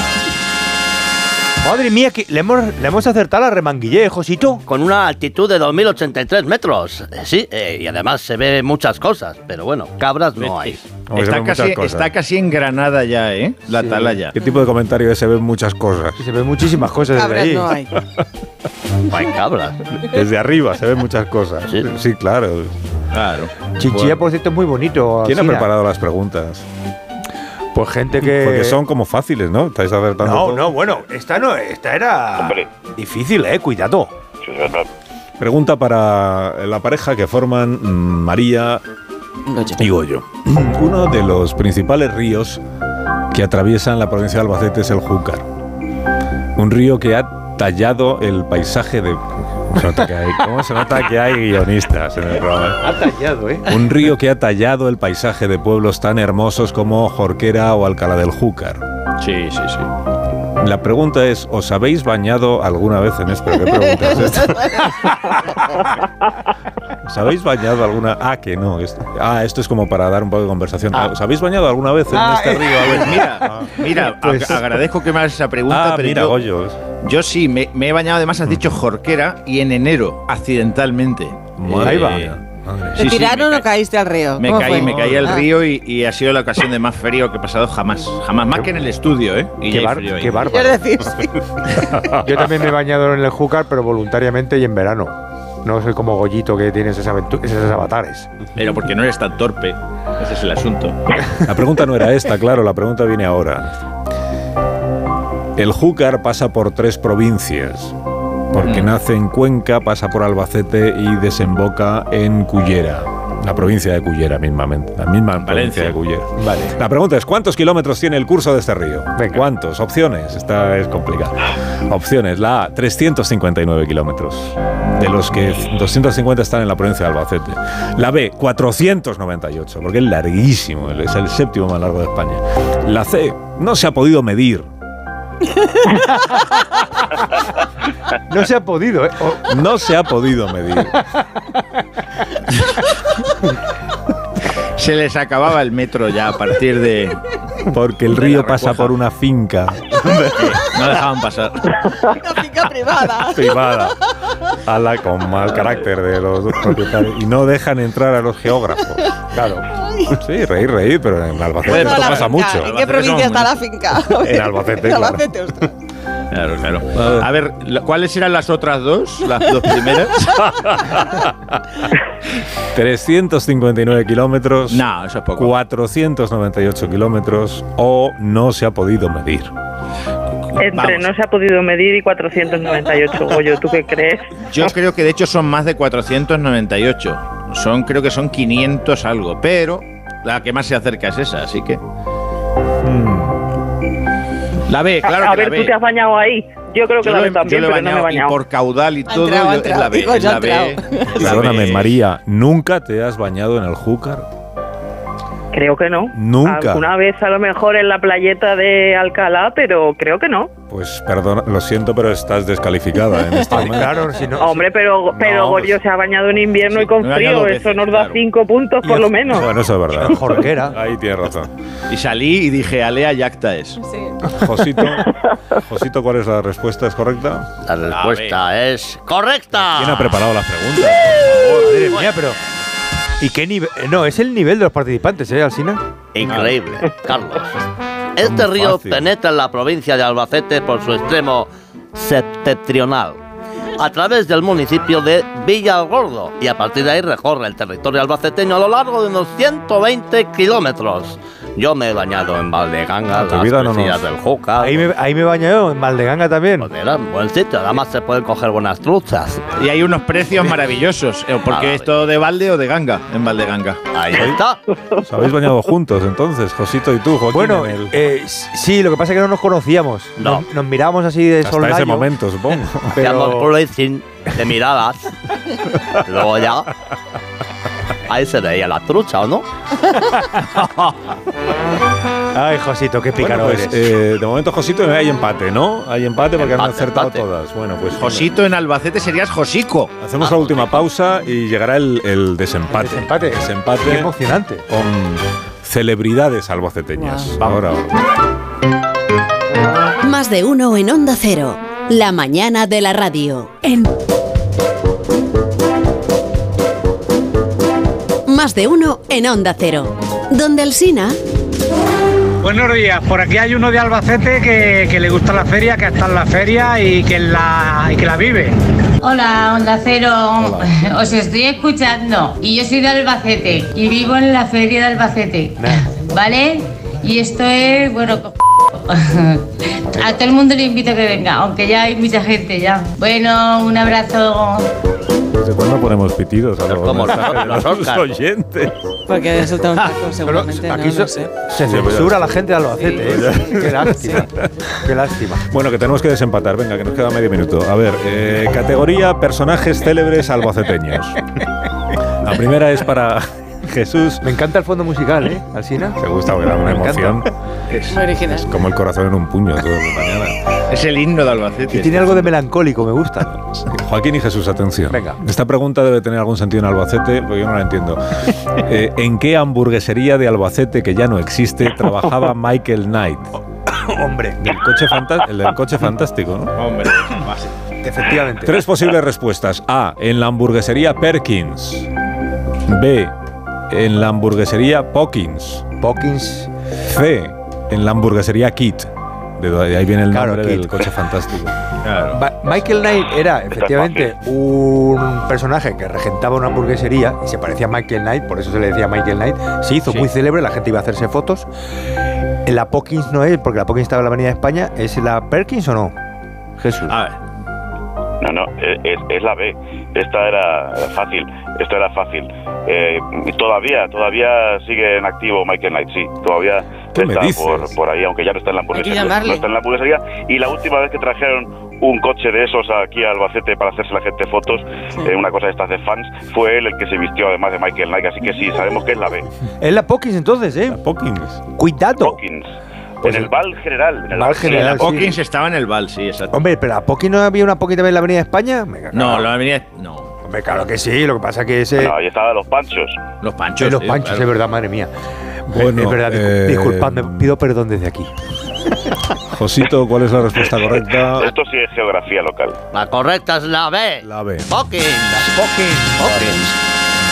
Speaker 5: Madre mía, que le hemos, le hemos acertado a la remanguillé, Josito.
Speaker 9: Con una altitud de 2.083 metros. Eh, Sí, eh, y además se ve muchas cosas, pero bueno, cabras no hay.
Speaker 1: Como que se
Speaker 3: está,
Speaker 1: ven muchas
Speaker 3: casi,
Speaker 1: cosas.
Speaker 3: está casi en Granada ya, ¿eh? La atalaya.
Speaker 1: ¿Qué tipo de comentario es? Se ven muchas cosas.
Speaker 5: Se ven muchísimas cosas desde
Speaker 2: Cabras
Speaker 5: ahí.
Speaker 2: no hay.
Speaker 9: No hay cabras.
Speaker 1: Desde arriba se ven muchas cosas.
Speaker 9: Sí.
Speaker 1: Sí, claro.
Speaker 3: Claro.
Speaker 5: Chinchilla,
Speaker 3: Bueno,
Speaker 5: por cierto, es muy bonito.
Speaker 1: ¿Quién ha
Speaker 5: Alsina.
Speaker 1: preparado las preguntas?
Speaker 5: Pues gente que.
Speaker 1: Porque son como fáciles, ¿no? Estáis acertando.
Speaker 5: No,
Speaker 1: todo.
Speaker 5: no, bueno, esta no, esta era.
Speaker 7: Hombre.
Speaker 5: Difícil, eh, cuidado.
Speaker 1: Pregunta para la pareja que forman mm, María y Goyo. Uno de los principales ríos que atraviesan la provincia de Albacete es el Júcar. Un río que ha tallado el paisaje de... Se nota que hay- ¿Cómo se nota que hay guionistas en el programa?
Speaker 5: Ha tallado, eh.
Speaker 1: Un río que ha tallado el paisaje de pueblos tan hermosos como Jorquera o Alcalá del Júcar.
Speaker 3: Sí, sí, sí.
Speaker 1: La pregunta es, ¿os habéis bañado alguna vez en esto? ¿Qué pregunta es esta? ¿Os habéis bañado alguna? Ah, que no. esto- ah, esto es como para dar un poco de conversación. ¿Os habéis bañado alguna vez en
Speaker 5: Ah,
Speaker 1: este
Speaker 5: eh.
Speaker 1: río? A ver,
Speaker 3: Mira, mira,
Speaker 1: Pues-
Speaker 3: ag- agradezco que me hagas esa
Speaker 1: Ah,
Speaker 3: pregunta, pero
Speaker 1: mira,
Speaker 3: yo,
Speaker 1: Goyo.
Speaker 3: Yo sí, me, me he bañado además, has dicho jorquera, y en enero, accidentalmente.
Speaker 1: Madre
Speaker 3: Eh,
Speaker 1: mía, madre.
Speaker 2: ¿Te
Speaker 3: sí, sí,
Speaker 2: tiraron
Speaker 3: me
Speaker 2: o caíste al río?
Speaker 3: Me
Speaker 2: ¿Cómo
Speaker 3: caí,
Speaker 2: fue?
Speaker 3: me caí al
Speaker 2: Ah.
Speaker 3: río y, y ha sido la ocasión de más frío que he pasado jamás. Jamás, más que en el estudio, ¿eh? Y
Speaker 5: Qué,
Speaker 3: ya hay
Speaker 5: bar-
Speaker 3: frío ahí.
Speaker 5: qué bárbaro.
Speaker 2: Quiero decir, sí.
Speaker 5: Yo también me he bañado en el Júcar, pero voluntariamente y en verano. No soy como Goyito que tienes esas aventu- esos avatares.
Speaker 3: Pero porque no eres tan torpe. Ese es el asunto.
Speaker 1: La pregunta no era esta, claro, la pregunta viene ahora. El Júcar pasa por tres provincias, porque nace en Cuenca, pasa por Albacete y desemboca en Cullera, la provincia de Cullera mismamente, la misma provincia
Speaker 3: Valencia.
Speaker 1: de Cullera. Vale. La pregunta es, ¿cuántos kilómetros tiene el curso de este río?
Speaker 5: Venga.
Speaker 1: ¿Cuántos? Opciones, esta es complicada. Opciones, la A, 359 kilómetros, de los que 250 están en la provincia de Albacete. La B, 498, porque es larguísimo, es el séptimo más largo de España. La C, no se ha podido medir.
Speaker 5: No se ha podido, ¿eh? O-
Speaker 1: No se ha podido medir.
Speaker 3: Se les acababa el metro ya a partir de.
Speaker 1: Porque el
Speaker 3: De la
Speaker 1: río pasa
Speaker 3: Recoja.
Speaker 1: por una finca
Speaker 3: No dejaban pasar.
Speaker 2: Una finca privada.
Speaker 1: privada a la, con mal carácter de los dos propietarios y no dejan entrar a los geógrafos. Claro. Sí, reír, reír, pero en Albacete
Speaker 3: Bueno,
Speaker 1: esto
Speaker 2: la
Speaker 1: pasa
Speaker 2: finca.
Speaker 1: mucho.
Speaker 2: ¿En
Speaker 3: Albacete
Speaker 2: qué provincia
Speaker 3: somos
Speaker 2: está la finca?
Speaker 1: En Albacete,
Speaker 2: En
Speaker 1: claro.
Speaker 2: Albacete, ostras.
Speaker 3: Claro, claro. A ver, la- ¿cuáles eran las otras dos? Las dos primeras.
Speaker 1: 359 kilómetros.
Speaker 3: No, eso es poco.
Speaker 1: 498 kilómetros o no se ha podido medir.
Speaker 6: Entre
Speaker 3: Vamos.
Speaker 6: no se ha podido medir y 498. Goyo, ¿tú qué crees?
Speaker 3: Yo creo que de hecho son más de 498. Son, creo que son 500 algo, pero la que más se acerca es esa, así que. La B, claro
Speaker 6: Hmm. a
Speaker 3: que
Speaker 6: ver,
Speaker 3: la
Speaker 6: tú te
Speaker 3: B.
Speaker 6: has bañado ahí. Yo creo que
Speaker 3: Yo
Speaker 6: la
Speaker 3: lo
Speaker 6: B
Speaker 3: he- yo
Speaker 6: también,
Speaker 3: lo he
Speaker 6: pero no me he
Speaker 3: bañado y
Speaker 6: bañado.
Speaker 3: por caudal y
Speaker 2: Ha
Speaker 3: todo,
Speaker 2: entrado, ha
Speaker 3: yo- es la
Speaker 2: entrado.
Speaker 3: B,
Speaker 2: Digo,
Speaker 3: es
Speaker 2: ya ha
Speaker 3: la B.
Speaker 2: entrado.
Speaker 3: es la
Speaker 1: Perdóname,
Speaker 3: B.
Speaker 1: María, ¿nunca te has bañado en el Júcar?
Speaker 6: Creo que no.
Speaker 1: Nunca.
Speaker 6: Alguna vez a lo mejor en la playeta de Alcalá, pero creo que no.
Speaker 1: Pues perdona, lo siento, pero estás descalificada en este
Speaker 5: Ah,
Speaker 1: momento.
Speaker 5: claro, si no.
Speaker 6: Hombre, pero, pero
Speaker 5: No,
Speaker 6: Goyo
Speaker 5: pues-
Speaker 6: se ha bañado en invierno
Speaker 3: sí,
Speaker 6: y con
Speaker 3: me he bañado
Speaker 6: frío.
Speaker 3: dos
Speaker 6: Eso
Speaker 3: veces,
Speaker 6: nos da
Speaker 3: claro.
Speaker 6: cinco puntos por lo menos.
Speaker 1: Bueno, eso es verdad.
Speaker 5: Jorquera.
Speaker 1: Ahí tienes razón.
Speaker 3: Y salí y dije, Alea Yacta es.
Speaker 1: Josito, Josito, ¿cuál es la respuesta? ¿Es correcta?
Speaker 9: La respuesta es correcta.
Speaker 1: ¿Quién ha preparado las preguntas?
Speaker 5: Madre mía, pero. ¿Y qué nivel? No, es el nivel de los participantes, ¿eh, Alsina?
Speaker 9: Increíble, Carlos. Este río
Speaker 1: Ah. fácil.
Speaker 9: penetra en la provincia de Albacete por su extremo septentrional, a través del municipio de Villalgordo, y a partir de ahí recorre el territorio albaceteño a lo largo de unos 120 kilómetros. Yo me he bañado en Valdeganga,
Speaker 1: Ah, tu
Speaker 9: las
Speaker 1: vida no
Speaker 9: presillas
Speaker 1: nos-
Speaker 9: del Júcar.
Speaker 5: Ahí me, ahí me bañé yo, en Maldeganga también.
Speaker 9: Pues era un buen sitio, además se pueden coger buenas truchas.
Speaker 3: Y hay unos precios maravillosos. eh,
Speaker 6: Ah,
Speaker 3: Porque
Speaker 9: Maravilla.
Speaker 3: es todo de balde o de ganga, en Valdeganga.
Speaker 9: Ahí está.
Speaker 1: ¿Os habéis bañado juntos entonces, Josito y tú, Joaquín?
Speaker 5: Bueno,
Speaker 1: en el-
Speaker 5: eh, sí, lo que pasa es que no nos conocíamos.
Speaker 9: No.
Speaker 5: Nos, nos mirábamos así de
Speaker 1: hasta ese
Speaker 5: soslayo,
Speaker 1: momento, supongo.
Speaker 9: Hacíamos
Speaker 5: Pero
Speaker 9: bruising de miradas. Luego ya. Ahí se veía la trucha, ¿o no?
Speaker 5: Ay, Josito, qué pícaro
Speaker 1: Bueno, pues,
Speaker 5: eres.
Speaker 1: eh, de momento, Josito, hay empate, ¿no? Hay empate porque han
Speaker 9: Empate,
Speaker 1: acertado
Speaker 9: empate.
Speaker 1: todas. Bueno, pues
Speaker 3: Josito en Albacete serías Josico.
Speaker 9: ah,
Speaker 1: Hacemos la última pausa y llegará el, el desempate.
Speaker 5: Desempate.
Speaker 1: Desempate
Speaker 5: Qué emocionante.
Speaker 1: con celebridades albaceteñas.
Speaker 5: Wow.
Speaker 1: Ahora,
Speaker 4: Más de uno en Onda Cero. La mañana de la radio. En... Más de uno en Onda Cero. Donde Alsina.
Speaker 10: Buenos días, por aquí hay uno de Albacete que, que le gusta la feria, que está en la feria y que la, y que la vive.
Speaker 11: Hola, Onda Cero. Os estoy escuchando. Y yo soy de Albacete. Y vivo en la feria de Albacete. ¿Vale? Y esto es, bueno, co- a todo el mundo le invito a que venga, aunque ya hay mucha gente ya. Bueno, un abrazo.
Speaker 1: ¿desde cuándo ponemos pitidos a los,
Speaker 9: como los-
Speaker 1: mensajes de
Speaker 9: los
Speaker 1: los
Speaker 9: Óscar.
Speaker 1: oyentes?
Speaker 2: Porque había soltado un taco,
Speaker 5: Pero
Speaker 2: Ah, pues seguramente.
Speaker 5: aquí
Speaker 2: no,
Speaker 5: so- pues
Speaker 2: no sé.
Speaker 5: se censura a la gente de Albacete, ¿eh? Qué lástima. Qué lástima.
Speaker 1: Bueno, que tenemos que desempatar. Venga, que nos queda medio minuto. A ver, eh, categoría personajes célebres albaceteños. La primera es para Jesús.
Speaker 5: Me encanta el fondo musical, ¿eh, Alsina?
Speaker 1: Te gusta porque da una
Speaker 5: Me encanta.
Speaker 1: emoción.
Speaker 2: Muy original.
Speaker 1: Como el corazón en un puño. todo de mañana.
Speaker 3: Es el himno de
Speaker 5: Y
Speaker 3: Albacete.
Speaker 5: tiene algo de melancólico, me gusta.
Speaker 1: Joaquín y Jesús, atención.
Speaker 5: Venga.
Speaker 1: Esta pregunta debe tener algún sentido en Albacete, porque yo no la entiendo. Eh, ¿En qué hamburguesería de Albacete que ya no existe trabajaba Michael Knight?
Speaker 5: Hombre.
Speaker 1: Del coche, fanta- el del coche fantástico, ¿no?
Speaker 3: Hombre, pues, más.
Speaker 5: Efectivamente.
Speaker 1: Tres posibles respuestas. A. En la hamburguesería Perkins. B. En la hamburguesería Pokins.
Speaker 5: Pokins.
Speaker 1: C. En la hamburguesería Kit. De do- de ahí viene el
Speaker 5: Claro,
Speaker 1: nombre
Speaker 5: Kit.
Speaker 1: del coche fantástico.
Speaker 5: Ma- Michael Knight era efectivamente un personaje que regentaba una hamburguesería y se parecía a Michael Knight, por eso se le decía Michael Knight. Se hizo muy célebre, la gente iba a hacerse fotos. La Pokins no es, porque la Pokins estaba en la Avenida de España. ¿Es la Perkins o no? Ah. Jesús.
Speaker 3: A ver.
Speaker 7: No, no, es, es- es la B. Esta era fácil, esta era fácil. Eh, todavía, todavía sigue en activo Michael Knight, sí. Todavía
Speaker 1: ¿Qué me
Speaker 7: está
Speaker 1: dices?
Speaker 7: por, por ahí, aunque ya no está en la hamburguesería.
Speaker 2: llamarle.
Speaker 7: No está en la hamburguesería. Y la última vez que trajeron un coche de esos aquí a Albacete para hacerse la gente fotos, eh, una cosa de estas de fans, fue él el que se vistió además de Michael Knight. Así que sí, sabemos que es la B.
Speaker 5: Es la Pokins entonces, ¿eh?
Speaker 1: Pokins.
Speaker 5: Cuidado.
Speaker 7: Pokins. en el Val General. En el
Speaker 5: Pues Val General,
Speaker 1: Ah,
Speaker 3: la
Speaker 5: sí.
Speaker 3: Pokins estaba en el Val, sí, exacto.
Speaker 5: Hombre, pero ¿a Pokins no había una Pokins también en la Avenida de España? Me cago-
Speaker 3: No, la avenida. No.
Speaker 5: Hombre, claro que sí, lo que pasa que ese.
Speaker 7: No, ahí estaba los Panchos.
Speaker 3: Los panchos.
Speaker 5: Eh, los
Speaker 3: sí,
Speaker 5: panchos,
Speaker 3: claro.
Speaker 5: es verdad, madre mía.
Speaker 1: Bueno,
Speaker 5: es verdad,
Speaker 1: eh,
Speaker 5: discul- disculpadme, pido perdón desde aquí.
Speaker 1: Josito, ¿cuál es la respuesta
Speaker 5: Ah.
Speaker 1: correcta?
Speaker 7: Esto sí es geografía local.
Speaker 9: La correcta es la B.
Speaker 1: La B.
Speaker 9: Poking.
Speaker 5: Pokins.
Speaker 9: Poking.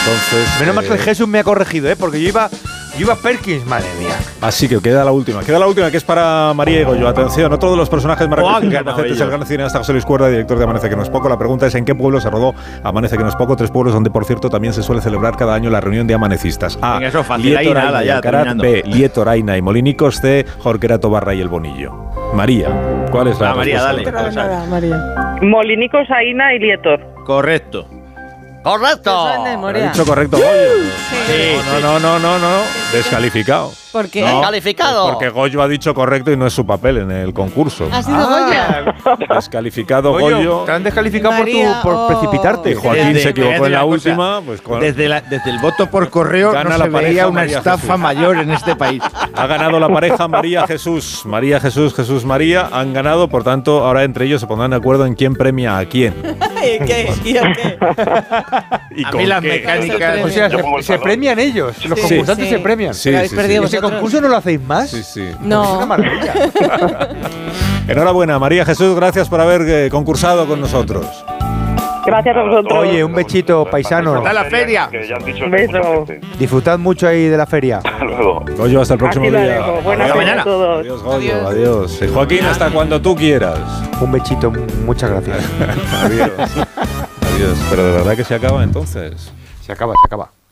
Speaker 1: Entonces.
Speaker 5: Menos mal que
Speaker 1: eh,
Speaker 5: el Jesús me ha corregido, ¿eh? Porque yo iba, yo iba a Perkins, madre mía.
Speaker 1: Así que queda la última. Queda la última, que es para María y Goyo. Atención, otro de los personajes más
Speaker 3: Oh,
Speaker 1: reconocidos de
Speaker 3: han ganado
Speaker 1: Albacete es el
Speaker 3: ellos.
Speaker 1: gran cineasta José Luis Cuerda, director de Amanece que no es poco. La pregunta es, ¿en qué pueblo se rodó Amanece que no es poco? Tres pueblos donde, por cierto, también se suele celebrar cada año la reunión de amanecistas. A.
Speaker 3: Venga, eso es fácil. Ahí
Speaker 1: Oraina
Speaker 3: nada,
Speaker 1: y
Speaker 3: ya,
Speaker 1: Alcaraz.
Speaker 3: terminando.
Speaker 1: B. Lietoraina y Molinicos. C. Jorquera Tobarra y El Bonillo. María, ¿cuál es la
Speaker 3: Ah, María,
Speaker 1: respuesta?
Speaker 3: dale.
Speaker 2: nada, María.
Speaker 6: Molinicos, Aina y Lietor.
Speaker 3: Correcto.
Speaker 9: Correcto.
Speaker 2: Yo soy de
Speaker 1: ¿Lo he
Speaker 2: memoria.
Speaker 1: dicho correcto, Goyo?
Speaker 3: Sí,
Speaker 1: No, no, no, no, no. Descalificado.
Speaker 2: ¿Por qué?
Speaker 1: No,
Speaker 9: Descalificado.
Speaker 1: Porque Goyo ha dicho correcto y no es su papel en el concurso.
Speaker 2: ¿Ha sido Goya?
Speaker 1: Descalificado Goyo.
Speaker 5: Goyo, Ah, te han descalificado por, tu-
Speaker 2: María,
Speaker 5: por
Speaker 2: oh.
Speaker 5: precipitarte.
Speaker 1: Y Joaquín
Speaker 3: Desde-
Speaker 1: se equivocó
Speaker 3: desde
Speaker 1: en la
Speaker 3: la cosa.
Speaker 1: última, pues con-
Speaker 3: Desde, la- desde el voto por correo
Speaker 1: Gana
Speaker 3: no
Speaker 1: la
Speaker 3: se
Speaker 1: pareja,
Speaker 3: veía una
Speaker 1: María
Speaker 3: estafa
Speaker 1: Jesús.
Speaker 3: mayor en este país.
Speaker 1: ha ganado la pareja María Jesús. María Jesús, Jesús María han ganado, por tanto, ahora entre ellos se pondrán de acuerdo en quién premia a quién.
Speaker 2: ¿Y qué? ¿Y el qué?
Speaker 1: ¿Y
Speaker 3: a
Speaker 1: con
Speaker 3: mí las
Speaker 1: qué.
Speaker 3: mecánicas.
Speaker 5: O sea,
Speaker 7: Yo pongo
Speaker 5: se,
Speaker 7: el
Speaker 5: se
Speaker 7: salón.
Speaker 5: premian ellos, los
Speaker 1: Sí.
Speaker 5: concursantes
Speaker 2: Sí.
Speaker 5: se premian.
Speaker 1: Sí,
Speaker 2: Lo habéis
Speaker 1: sí,
Speaker 2: perdido
Speaker 1: sí.
Speaker 5: ¿Ese
Speaker 2: vosotros.
Speaker 5: concurso no lo hacéis más? Pues
Speaker 1: Sí, sí.
Speaker 5: Es una
Speaker 2: No.
Speaker 5: maravilla.
Speaker 1: Enhorabuena, María Jesús, gracias por haber eh, concursado con nosotros.
Speaker 6: Gracias a vosotros.
Speaker 5: Oye, un
Speaker 7: Pues,
Speaker 5: bechito, paisano.
Speaker 3: ¡Hasta la feria!
Speaker 7: Que ya han dicho que
Speaker 6: Beso.
Speaker 7: mucha gente.
Speaker 5: Disfrutad mucho ahí de la feria.
Speaker 7: Hasta luego.
Speaker 1: Goyo, hasta el próximo
Speaker 6: Aquí la
Speaker 1: día.
Speaker 6: dejo. Buenas
Speaker 3: Hasta
Speaker 6: tardes
Speaker 3: mañana.
Speaker 6: a todos.
Speaker 1: Adiós, Goyo, adiós. Eh, Joaquín, hasta cuando tú quieras.
Speaker 5: Un bechito, muchas gracias.
Speaker 1: Adiós. Adiós. Pero de verdad que se acaba entonces.
Speaker 5: Se acaba, se acaba.